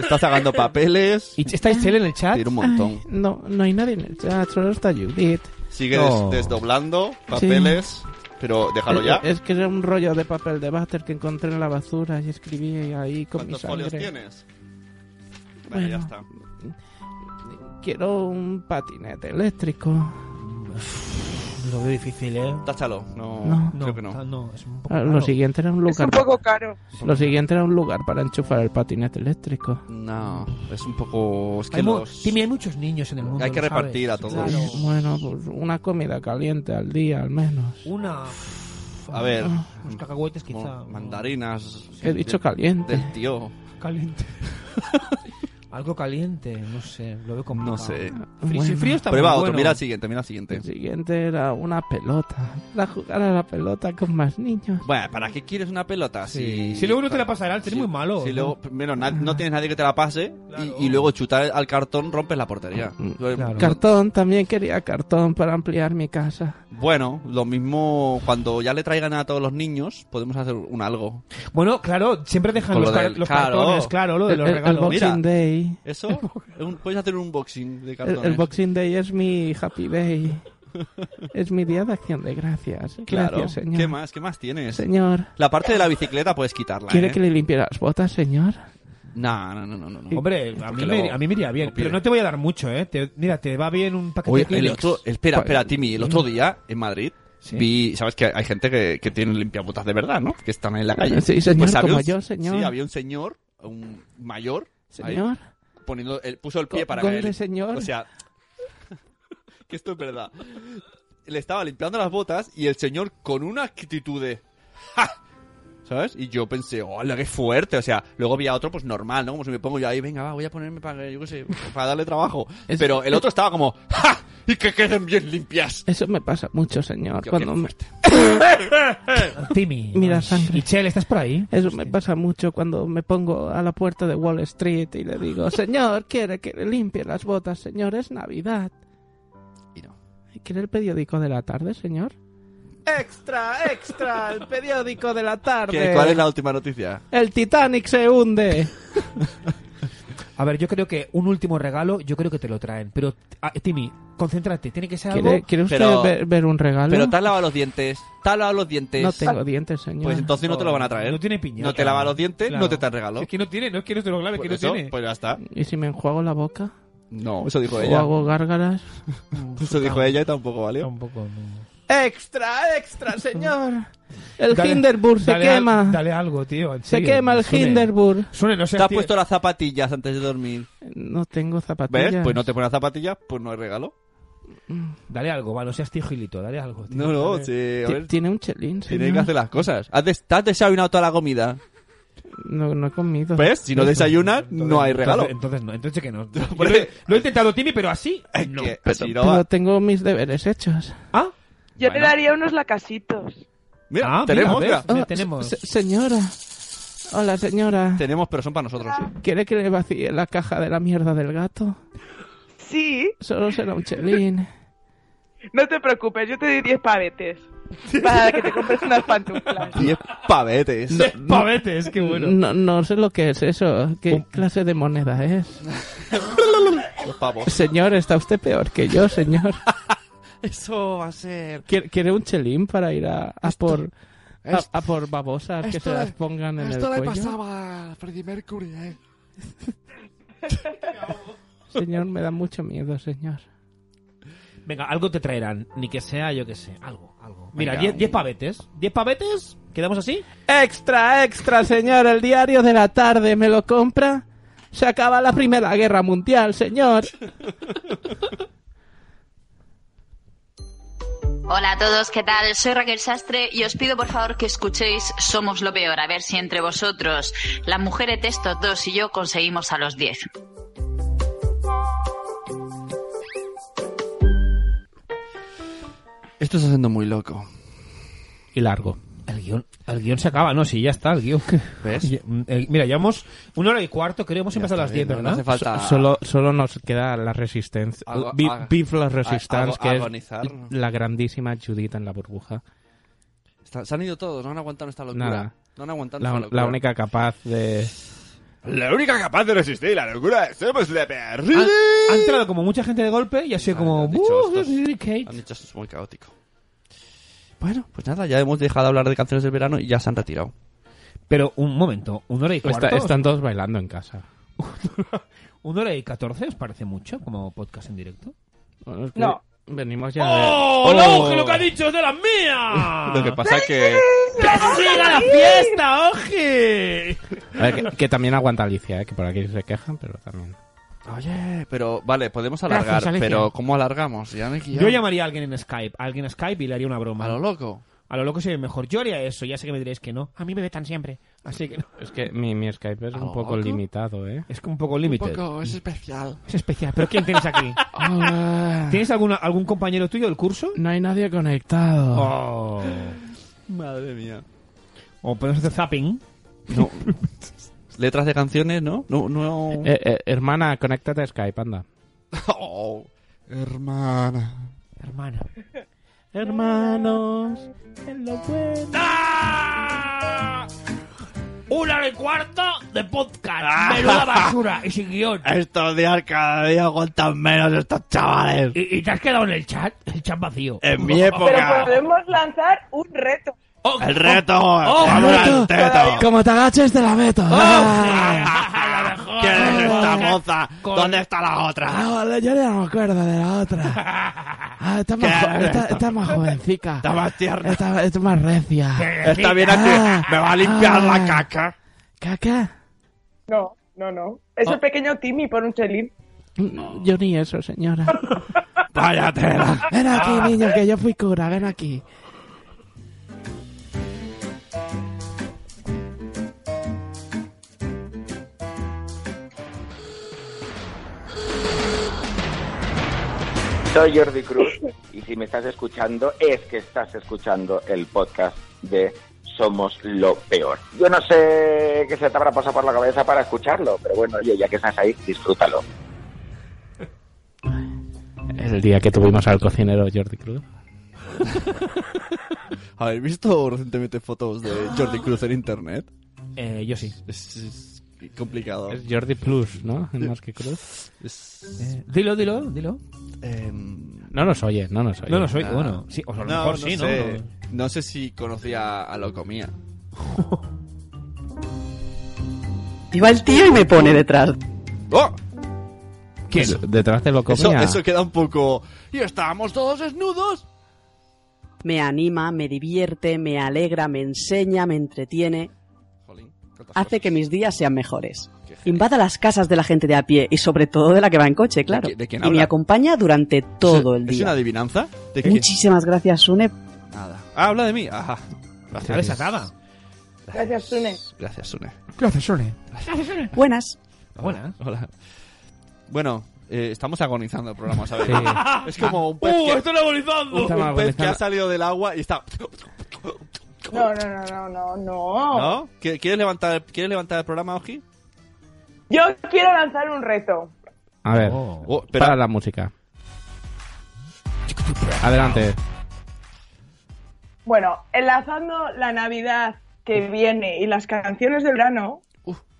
S3: Está sacando papeles.
S6: ¿Y estáis chel en el chat?
S3: Tira un montón.
S5: No, no hay nadie en el chat, solo está Judith.
S3: Sigue
S6: No. Eh,
S3: des- desdoblando papeles. Pero déjalo ya.
S5: Es, es que era un rollo de papel de váter que encontré en la basura y escribí ahí con mi
S3: ¿Cuántos
S5: sangre.
S3: folios tienes? Vale,
S5: Bueno.
S3: ya está.
S5: Ah, Quiero un patinete eléctrico.
S6: Lo veo difícil, ¿eh?
S3: Táchalo. No,
S5: No.
S3: creo que no.
S6: ta- no, es un poco
S5: Ah, Lo
S6: caro.
S5: siguiente era un lugar.
S6: un poco
S20: caro.
S5: Lo siguiente era un lugar para enchufar el patinete eléctrico.
S3: No, es un poco. Es que
S6: Hay mu-
S3: los-
S6: Timmy, hay muchos niños en el mundo.
S3: Hay que
S6: lo sabes.
S3: repartir a todos.
S6: Claro.
S5: Bueno, pues una comida caliente al día al menos.
S6: Una.
S3: A ver.
S6: Unos cacahuetes quizá.
S3: como Mandarinas.
S5: He dicho caliente.
S3: Del tío.
S6: Caliente. Algo caliente, no sé, lo veo como.
S3: No sé.
S6: Frío,
S5: Bueno.
S6: frío está
S3: Prueba
S6: muy
S3: otro,
S6: bueno.
S3: mira el siguiente, mira el siguiente.
S5: El siguiente era una pelota. Era jugar a la pelota con más niños.
S3: Bueno, ¿para qué quieres una pelota? Si,
S6: Si luego no te la pasarán, eres muy malo.
S3: si
S6: ¿no?
S3: luego, primero, na- no tienes nadie que te la pase y, y luego chutar al cartón rompes la portería.
S6: Mm,
S5: Cartón, también quería cartón para ampliar mi casa.
S3: Bueno, lo mismo cuando ya le traigan a todos los niños, podemos hacer un algo.
S6: Bueno, claro, siempre dejan
S3: Con
S6: los,
S3: lo
S6: car-
S3: del-
S6: los
S3: claro.
S6: cartones, claro, lo de
S5: El-
S6: los
S5: el- el
S6: regalos.
S5: Boxing Day.
S3: Eso, es un- puedes hacer un boxing de
S5: El,
S3: cartones.
S5: el Boxing Day es mi happy day. es mi día de acción de gracias.
S3: Claro.
S5: Gracias, señor.
S3: ¿Qué más? ¿Qué más tienes?
S5: Señor.
S3: La parte de la bicicleta puedes quitarla.
S5: ¿Quiere
S3: ¿eh?
S5: que le limpie las botas, señor?
S3: No, no, no, no, no, no.
S6: Hombre, a mí,
S3: Porque
S6: me,
S3: luego-
S6: a mí me iría bien, pero no te voy a dar mucho, ¿eh? Te- mira, te va bien un paquete
S3: Oye,
S6: de
S3: el
S6: Kleenex.
S3: otro, espera, espera, Timmy, el otro día en Madrid vi, sabes que hay gente que, que tiene limpiabotas de verdad, ¿no? Que están ahí en la calle. Pues
S5: Sí, señor,
S3: había
S5: como
S3: un-
S5: yo, señor.
S3: Sí, había un señor, un mayor, ahí,
S5: Señor.
S3: poniendo, él puso el pie
S5: Go-
S3: para
S5: gol
S3: que él-
S5: de señor.
S3: O sea, que esto es verdad. Le estaba limpiando las botas y el señor con una actitud de ¡Ja! ¿Sabes? Y yo pensé, hola, qué fuerte. O sea, luego había otro, pues normal, ¿no? Como si me pongo yo ahí, venga, va, voy a ponerme para, que, yo qué sé, para darle trabajo. Pero el otro estaba como, ¡ja! Y que queden bien limpias.
S5: Eso me pasa mucho, señor.
S3: Yo
S5: cuando
S3: qué
S5: me-
S6: Timmy.
S5: Mira sangre.
S6: Michelle, ¿estás por ahí?
S3: Pues
S5: Eso me pasa mucho cuando me pongo a la puerta de Wall Street y le digo, señor, quiere que le limpie las botas, señor, es Navidad.
S3: Y no.
S5: ¿Quiere el periódico de la tarde, señor? Extra, extra, el periódico de la tarde.
S3: ¿Qué- ¿Cuál es la última noticia?
S5: El Titanic se hunde.
S6: A ver, yo creo que un último regalo, yo creo que te lo traen. Pero, ah, Timmy, concéntrate, tiene que ser
S5: ¿Quiere,
S6: algo.
S5: quiere usted
S3: Pero-
S5: ver, ver un regalo?
S3: Pero te has lavado los dientes, te has lavado los dientes.
S5: no tengo dientes, señor.
S3: Pues entonces no te lo van a traer.
S6: No tiene piñata.
S3: No te lavas los dientes,
S6: Claro.
S3: no te traen regalo.
S6: Es que no tiene, no es que no te lo clave,
S3: Pues
S6: que
S3: eso,
S6: no tiene.
S3: Pues ya está.
S5: ¿Y si me enjuago la boca?
S3: No, eso dijo
S5: ¿O
S3: ella.
S5: hago gárgaras?
S3: Eso dijo ella y tampoco valió.
S6: Tampoco, no.
S5: ¡Extra, extra, señor! El
S6: Dale-
S5: Hindenburg se
S6: dale al-
S5: quema.
S6: dale algo, tío. en
S5: se
S6: serio.
S5: quema el
S6: Suene-
S5: Hindenburg.
S6: Suene, no
S3: Te
S6: sé.
S3: has puesto las zapatillas antes de dormir.
S5: No tengo zapatillas.
S3: ¿Ves? Pues no te pones las zapatillas, pues no hay regalo.
S6: Dale algo, va, no seas tío Gilito, dale algo. tío,
S3: No, no,
S6: dale.
S3: sí, a
S5: Ti-
S3: ver,
S5: Tiene un chelín,
S3: tienes
S5: señor.
S3: que hacer las cosas. Has, des- te has desayunado toda la comida.
S5: No, no he comido.
S3: ¿Ves? Si no desayunas, no hay regalo.
S6: Entonces, entonces no, entonces que no. Yo
S3: Por
S6: lo,
S3: eso-
S6: he, lo he intentado, Timmy, pero así.
S3: Es
S6: No.
S3: que
S5: Pero,
S3: si no va-
S5: pero tengo mis deberes hechos.
S6: Ah,
S7: Yo te
S3: Bueno.
S7: daría unos lacasitos.
S3: Mira,
S6: Ah,
S3: tenemos,
S6: mira,
S3: mira.
S6: ves,
S5: Oh,
S6: tenemos.
S5: se- señora. Hola, señora.
S3: Tenemos, pero son para nosotros.
S5: ¿Quiere que le vacíe la caja de la mierda del gato?
S7: Sí,
S5: Solo será un chelín.
S7: no te preocupes, yo te doy 10 pavetes. Para que te compres unas pantuflas.
S3: Diez pavetes.
S6: Pavetes, qué bueno.
S5: No, no sé lo que es eso. ¿Qué clase de moneda es?
S3: Los pavos.
S5: Señor, está usted peor que yo, señor.
S3: Eso va a ser.
S5: ¿Quiere, quiere un chelín para ir a, a por... A, a por babosas que se las pongan en el cuello.
S8: pasaba a Freddie Mercury, eh.
S5: Señor, me da mucho miedo, señor.
S6: Venga, algo te traerán, ni que sea, yo que sé, algo, algo. Mira,
S3: Venga,
S6: 10
S3: un-
S6: pavetes. 10 pavetes, quedamos así.
S5: Extra, extra, señor. El diario de la tarde me lo compra. Se acaba la Primera Guerra Mundial, señor.
S11: Hola a todos, ¿qué tal? Soy Raquel Sastre y os pido por favor que escuchéis Somos lo Peor, a ver si entre vosotros, las mujeres de estos dos y yo conseguimos a los 10.
S3: Esto está siendo muy loco.
S6: Y largo. El guión, el guión se acaba, no, sí, ya está, el guión.
S3: ¿Ves?
S6: Ya- mm, el- Mira, llevamos una hora y cuarto, creo, hemos empezado a las 10,
S3: bien, no- no
S6: ¿verdad?
S3: hace falta.
S21: Solo, solo nos queda la resistencia.
S3: Algo-
S21: Vi-
S3: ag-
S21: Vive la
S3: ag-
S21: Resistance,
S3: ago-
S21: que
S3: agonizar.
S21: es la grandísima Judith en la burbuja.
S3: Está- se han ido todos, no han aguantado esta locura.
S21: Nada.
S3: No han aguantado esta
S21: La,
S3: locura.
S21: la única capaz de.
S3: La única capaz de resistir la locura. Somos la peor.
S6: Ha, ha entrado como mucha gente de golpe y ha sido
S3: Ah,
S6: como...
S3: han dicho
S6: "Uh,
S3: estos-
S6: Billy Kate".
S3: Han dicho esto es muy caótico. Bueno, pues nada, ya hemos dejado de hablar de canciones del verano y ya se han retirado.
S6: Pero un momento, una hora y cuarto.
S21: Está- están todos bailando en casa.
S6: ¿Una hora y catorce os parece mucho como podcast en directo?
S21: Bueno, es que-
S7: No,
S5: Venimos ya.
S17: ¡Oh, no! ¡Que lo que ha dicho es de las mías!
S3: Ah. Lo que pasa es que.
S17: ¡Que siga la fiesta, oje!
S5: A ver, que, que también aguanta Alicia, ¿eh? que por aquí se quejan, pero también.
S3: Oye, pero vale, podemos alargar,
S6: Gracias, Alicia.
S3: pero ¿cómo alargamos? Ya me he
S6: Yo
S3: quillado.
S6: llamaría a alguien en Skype, a alguien en Skype y le haría una broma.
S3: A lo loco.
S6: A lo loco sería mejor. Yo haría eso, ya sé que me diréis que no. A mí me vetan siempre. Así que no.
S5: Es que mi, mi Skype es un
S6: loco?
S5: poco limitado, ¿eh?
S6: Es que un poco límite.
S3: es especial.
S6: Es especial. ¿Pero quién tienes aquí? ¿Tienes alguna, algún compañero tuyo del curso?
S5: No hay nadie conectado.
S6: Oh.
S3: Madre mía.
S6: O podemos hacer zapping.
S3: No. Letras de canciones, ¿no? No, no.
S5: Eh, eh, hermana, conéctate a Skype, anda.
S3: Oh, hermana.
S6: Hermana. Hermanos, en lo bueno. ¡Ah!
S17: Una y cuarto de podcast. Menuda basura y sin guión.
S3: Estos días cada día aguantan menos estos chavales.
S17: ¿Y, y te has quedado en el chat? El chat vacío.
S3: En mi
S17: época.
S3: época.
S7: Podemos lanzar un reto.
S3: El reto. vamos al teto.
S8: Como te agaches, te la meto.
S3: ¡Oh! ¿Quién es esta moza? ¿Dónde está la otra?
S8: Ah, vale, yo ya no me acuerdo de la otra. Ah, esta es más,
S3: ¿Qué
S8: jo-
S3: es
S8: esta-
S3: esto?
S8: esta es más jovencica.
S3: Está más tierna.
S8: Esta, esta es más recia.
S3: Está bien aquí.
S8: Ah,
S3: Me va a limpiar
S8: ah.
S3: la caca.
S8: ¿Caca?
S7: No, no, no. Es el pequeño Timmy por un chelín.
S8: Mm, Yo ni eso, señora.
S3: Vaya tela.
S8: Ven aquí, niño, que yo fui cura. Ven aquí.
S22: Soy Jordi Cruz y si me estás escuchando es que estás escuchando el podcast de Somos lo Peor. Yo no sé qué se te habrá pasado por la cabeza para escucharlo, pero bueno, oye, ya que estás ahí, disfrútalo.
S5: El día que tuvimos al cocinero Jordi Cruz.
S3: ¿Habéis visto recientemente fotos de Jordi Cruz en internet?
S6: Eh, yo sí.
S3: Es, es complicado.
S5: Es Jordi Plus, ¿no? Más que Cruz.
S3: Es-
S6: Dilo, dilo, dilo.
S3: em,
S5: No nos oye, no nos oye.
S6: No, no soy.
S3: Ah.
S6: Bueno, sí, o sea, a lo
S3: no,
S6: mejor
S3: no
S6: sí,
S3: sé.
S6: ¿no?
S3: No sé si conocía a Locomía.
S9: Y va el tío y me pone detrás.
S3: ¡Oh!
S6: ¿Quién?
S5: Detrás de lo
S3: Eso,
S5: comía.
S3: eso queda un poco. ¿Y estábamos todos desnudos?
S9: Me anima, me divierte, me alegra, me enseña, me entretiene.
S3: Jolín, cuántas
S9: Hace que
S3: cosas.
S9: mis días sean mejores. Invada las casas de la gente de a pie y sobre todo de la que va en coche, claro.
S3: qui- de quién
S9: y me
S3: habla?
S9: acompaña durante todo
S3: ¿Es-
S9: el
S3: ¿Es una
S9: día.
S3: adivinanza? ¿De quién?
S9: Muchísimas gracias, Sune.
S3: Nada. Ah, habla de mí. Ajá.
S6: Está desatada.
S7: Gracias, Tune.
S3: Gracias, Sune.
S8: Gracias, Sony.
S9: Buenas.
S6: Buena.
S3: Hola. Bueno, eh, estamos agonizando el programa, ¿sabes?
S5: Sí.
S3: Es como un pez,
S17: ¡Uh,
S3: que,
S17: estoy agonizando!
S3: un
S5: Estamos
S3: pez que ha
S5: agonizando.
S3: salido del agua y está.
S7: No, no, no, no, no,
S9: Oh.
S7: no.
S3: ¿No? ¿Qui- ¿Quieres levantar, ¿quieres levantar el programa, Oji?
S7: Yo quiero lanzar un reto.
S5: A ver,
S3: Oh, espera.
S5: para la música. Adelante.
S7: Bueno, enlazando la Navidad que viene y las canciones del verano,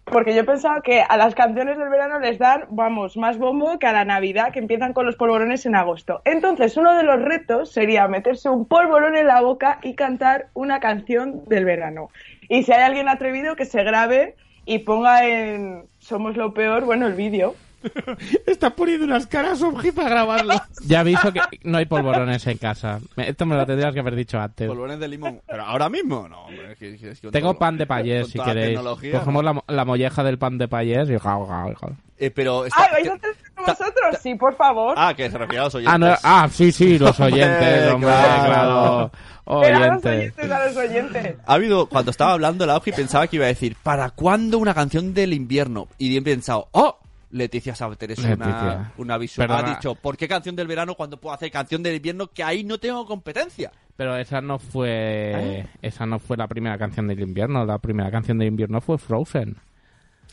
S7: porque yo he pensado que a las canciones del verano les dan, vamos, más bombo que a la Navidad, que empiezan con los polvorones en agosto. Entonces, uno de los retos sería meterse un polvorón en la boca y cantar una canción del verano. Y si hay alguien atrevido, que se grabe y ponga en Somos lo Peor, bueno, el vídeo.
S17: Está poniendo unas caras objetivas para grabarlo.
S5: Ya aviso que no hay polvorones en casa. Me- Esto me lo tendrías que haber dicho antes.
S3: Polvorones de limón. Pero ahora mismo, no, hombre. es que- es que- es que
S5: Tengo
S3: con-
S5: pan de payés,
S3: con
S5: si
S3: toda la
S5: queréis.
S3: tecnología,
S5: Cogemos la, mo- la molleja del pan de payés y... jau, jau, jau.
S3: Eh, pero
S9: Ah,
S3: está-
S7: ¡Ay, vais a hacer esto vosotros! Sí, por favor.
S3: Ah, que se refiere a los oyentes.
S5: Ah, no, ah, sí, sí, los
S3: Hombre,
S5: oyentes, hombre,
S3: pues- Eh, claro.
S5: claro.
S7: Pero a los
S5: Oyentes.
S7: oyentes, a los oyentes.
S3: Ha habido, cuando estaba hablando la Oji pensaba que iba a decir, ¿para cuándo una canción del invierno? Y bien pensado, ¡oh! Leticia Sabater es una,
S5: Leticia.
S3: una visual.
S5: Perdona.
S3: Ha dicho, ¿por qué canción del verano cuando puedo hacer canción del invierno que ahí no tengo competencia?
S5: Pero esa no fue...
S3: ¿Eh?
S5: Esa no fue la primera canción del invierno. La primera canción del invierno fue Frozen.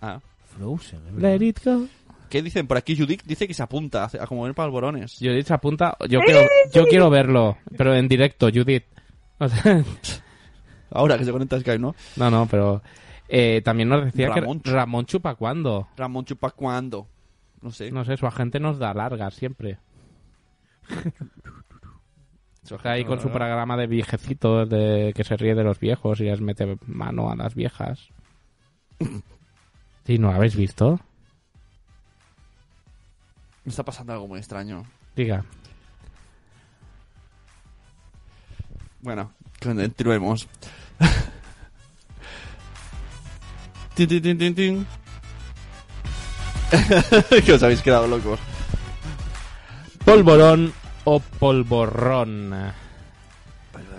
S3: Ah.
S6: Frozen, es verdad.
S5: Let it go.
S3: ¿Qué dicen? Por aquí Judith dice que se apunta a hacer- a comer palborones.
S5: Judith se apunta... Yo quiero, yo quiero verlo, pero en directo, Judith. O sea,
S3: Ahora que se conecta Skype, ¿no?
S5: no, no, pero... eh, también nos decía
S3: Ramón.
S5: que Ramón chupa cuando.
S3: Ramón Chupa, ¿cuándo? No sé.
S5: No sé, su agente nos da largas siempre. Está ahí con su programa de viejecitos de que se ríe de los viejos y les mete mano a las viejas. Sí, ¿no lo habéis visto?
S3: Me está pasando algo muy extraño.
S5: Diga.
S3: Bueno, continuemos.
S13: Tin, tin, tin, tin, tin.
S3: que os habéis quedado locos.
S5: Polvorón o polvorrón.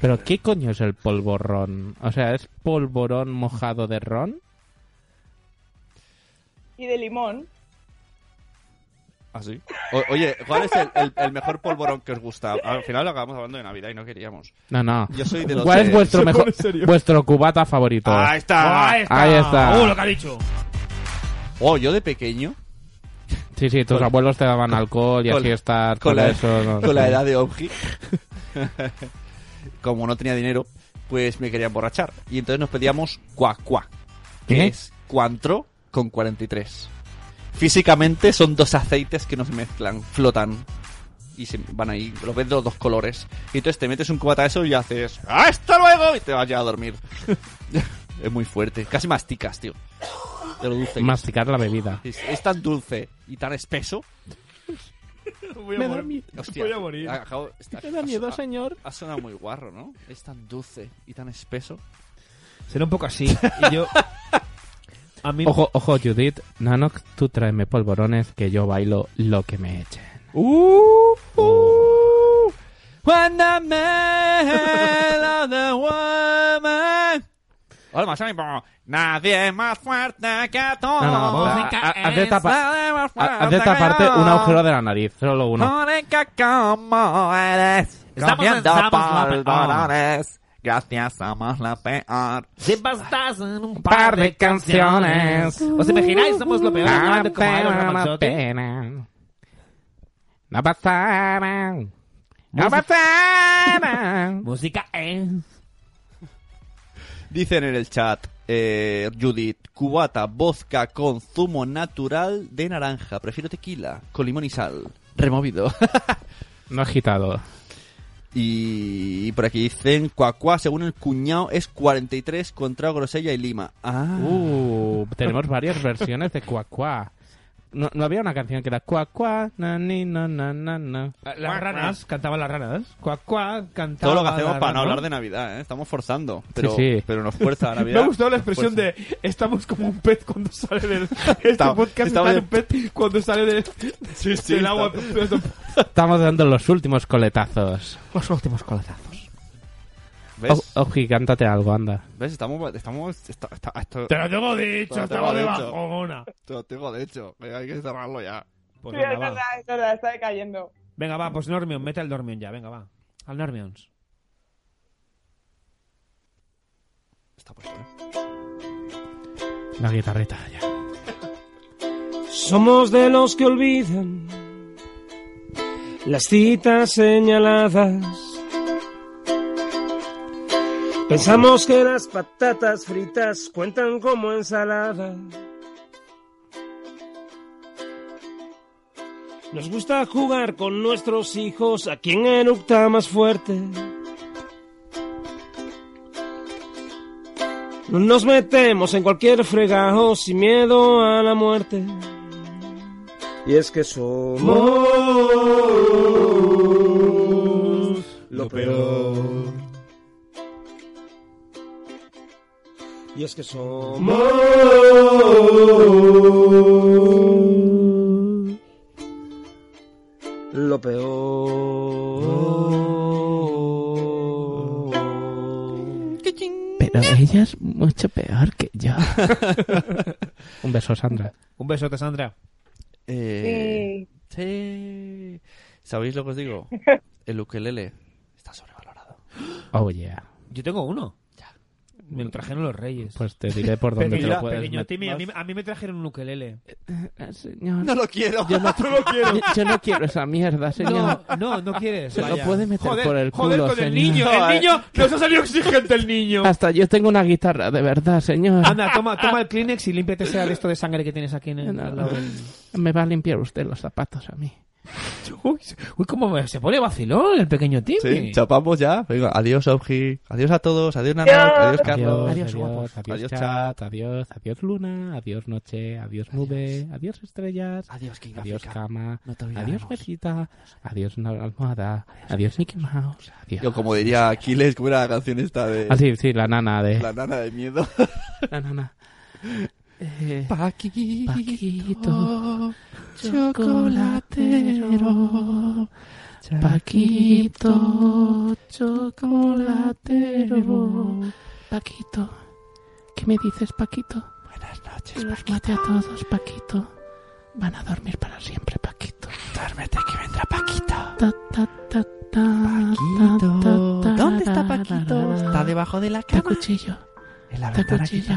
S5: Pero ¿qué coño es el polvorrón? O sea, ¿es polvorón mojado de ron?
S18: Y de limón.
S13: ¿Así?
S3: ¿Ah, O- oye, ¿cuál es el, el- el mejor polvorón que os gusta? Al final lo acabamos hablando de Navidad y no queríamos.
S5: No, no.
S3: Yo soy de los
S5: ¿Cuál
S3: de-
S5: es vuestro
S3: Se
S5: mejor
S3: pone serio. Ah,
S5: vuestro cubata favorito?
S3: Ahí está. Ahí está.
S5: Ahí está.
S6: Uh,
S3: Oh, lo que ha dicho. Oh, yo de pequeño.
S5: Sí, sí, tus abuelos te daban alcohol y
S3: con-
S5: así estar
S3: con
S5: con,
S3: la- e-
S5: eso. no
S3: con la
S5: sé.
S3: edad de Obji. Como no tenía dinero, pues me quería emborrachar. Y entonces nos pedíamos cuacuá. Que
S5: ¿Qué?
S3: es cuantro con 43. Físicamente son dos aceites que no se mezclan, flotan. Y se van ahí, los ves de los dos colores. Y entonces te metes un cubata de eso y haces ¡Hasta luego! Y te vas ya a dormir. es muy fuerte. Casi masticas, tío. De lo dulce. que es.
S5: Masticar la bebida.
S3: Es, es tan dulce y tan espeso.
S5: a Me da morir. miedo.
S3: Hostia,
S5: Voy a morir.
S3: acabo- está-
S5: Me da
S3: ha-
S5: miedo,
S3: ha-
S5: señor.
S3: Ha sonado muy guarro, ¿no? Es tan dulce y tan espeso.
S6: Será un poco así. Y yo. A mí.
S5: Ojo, ojo, Judith. Nanok, tú tráeme polvorones que yo bailo lo que me echen.
S13: Uh, uh, when the man of the woman. Hola, más ánimo. Nadie es más fuerte que tú.
S5: No, no, vamos a- a- a- haz de esta, pa- a- Ah. haz de esta parte un agujero de la nariz, solo uno.
S13: Mónica, ¿cómo eres?
S5: Estamos
S13: Comiendo
S5: en Somos la Peor.
S6: ah,
S13: polvorones.
S3: Ah.
S13: Gracias, somos la peor.
S6: Si bastas en un
S13: par de canciones.
S6: ¿Os imagináis? Somos lo peor.
S5: Ah,
S6: hablando como Aaron
S5: pena,
S6: Ramanzotti.
S5: pena. No pasará. No
S6: Música-
S5: pasará.
S6: Música, eh.
S3: Dicen en el chat, eh, Judith, cubata, vodka con zumo natural de naranja. Prefiero tequila, con limón y sal. Removido.
S5: No agitado.
S3: y, por aquí dicen, cuacuá, según el cuñado, es 43 contra grosella y lima. Ah.
S5: Uh, tenemos varias versiones de Cuacuá. No, no había una canción que era Cuacuá, na, ni, na, na, na, na.
S6: Las ranas, cantaban las ranas. Cuac, cuac, cantaban.
S3: Todo lo que hacemos
S6: las
S3: para no
S6: ranas.
S3: hablar de Navidad, ¿eh? Estamos forzando. Pero,
S5: sí.
S3: pero nos fuerza la Navidad.
S6: Me ha gustado la expresión
S3: Fuerza.
S6: de estamos como un pez cuando sale del este
S3: Estaba-
S6: podcast
S3: estaba
S6: está
S3: de-
S6: un pez cuando sale del,
S3: sí,
S6: del
S3: está-
S6: agua.
S5: Estamos dando los últimos coletazos.
S6: Los últimos coletazos.
S3: ¿Ves?
S5: O- Oji, cántate algo, anda.
S3: ¿Ves? Estamos. estamos está- está- esto-
S6: Te lo tengo dicho,
S3: Te lo
S6: estaba
S3: tengo
S6: de
S3: dicho.
S6: bajona.
S3: Te lo tengo dicho. Venga, Hay que cerrarlo ya.
S6: Pues
S18: Sí,
S6: venga,
S18: es
S6: va.
S18: verdad, es verdad, está decayendo.
S6: Venga, va, pues Normion, mete al Normion ya, venga, va. Al Normions.
S5: La guitarrita, ya.
S23: Somos de los que olvidan las citas señaladas. Pensamos que las patatas fritas cuentan como ensalada. Nos gusta jugar con nuestros hijos a quien eructa más fuerte. Nos metemos en cualquier fregajo sin miedo a la muerte. Y es que somos lo peor. Y es que somos lo peor.
S5: Pero ella es mucho peor que yo. Un beso, Sandra.
S6: Un besote, Sandra.
S3: Eh, sí. ¿Sabéis lo que os digo? El ukelele.
S5: Oh, yeah.
S6: Yo tengo uno. Me lo trajeron los reyes.
S5: Pues te diré por dónde te
S6: Pequeño-
S5: lo puedes
S6: pequeño
S5: meter.
S6: Timmy, a, mí, a mí me trajeron un ukelele.
S5: Ah, Señor.
S6: No lo quiero.
S5: Yo no,
S6: No lo quiero.
S5: Yo, yo no quiero esa mierda, señor.
S6: No, no, no quieres.
S5: Se lo
S6: Vaya.
S5: puede meter
S6: Joder,
S5: por el
S6: joder
S5: culo,
S6: con el
S5: señor.
S6: niño. El niño nos ha salido exigente el niño.
S5: Hasta yo tengo una guitarra, de verdad, señor.
S6: Anda, toma, toma el Kleenex y límpiate ese resto de sangre que tienes aquí en el...
S5: No,
S6: al
S5: no.
S6: lado del-
S5: Me va a limpiar usted los zapatos a mí.
S6: Uy, uy, cómo se pone vacilón el pequeño Timmy.
S3: Sí, chapamos ya. Venga, adiós, Augi. Adiós a todos. Adiós, Nano. Adiós, Carlos.
S5: Adiós, adiós, adiós, chat, adiós, adiós luna, adiós noche, adiós nube, adiós estrellas, adiós, adiós cama, adiós mesita, adiós na- almohada, adiós Mickey Mouse, adiós.
S3: Yo, como diría Aquiles, como era la canción esta de.
S5: Ah, sí, sí, la nana de...
S3: La nana de miedo.
S5: La nana. Eh,
S24: Paquito,
S8: chocolatero. Paquito, chocolatero. Paquito, ¿qué me dices, Paquito? Buenas noches, Los mate a todos, Paquito. Van a dormir para siempre, Paquito. Duérmete que vendrá Paquito. Paquito.
S24: ¿Dónde está Paquito? Está
S8: debajo de la cama. Te cuchillo.
S24: En la
S8: Te
S24: ventana
S8: cuchillo.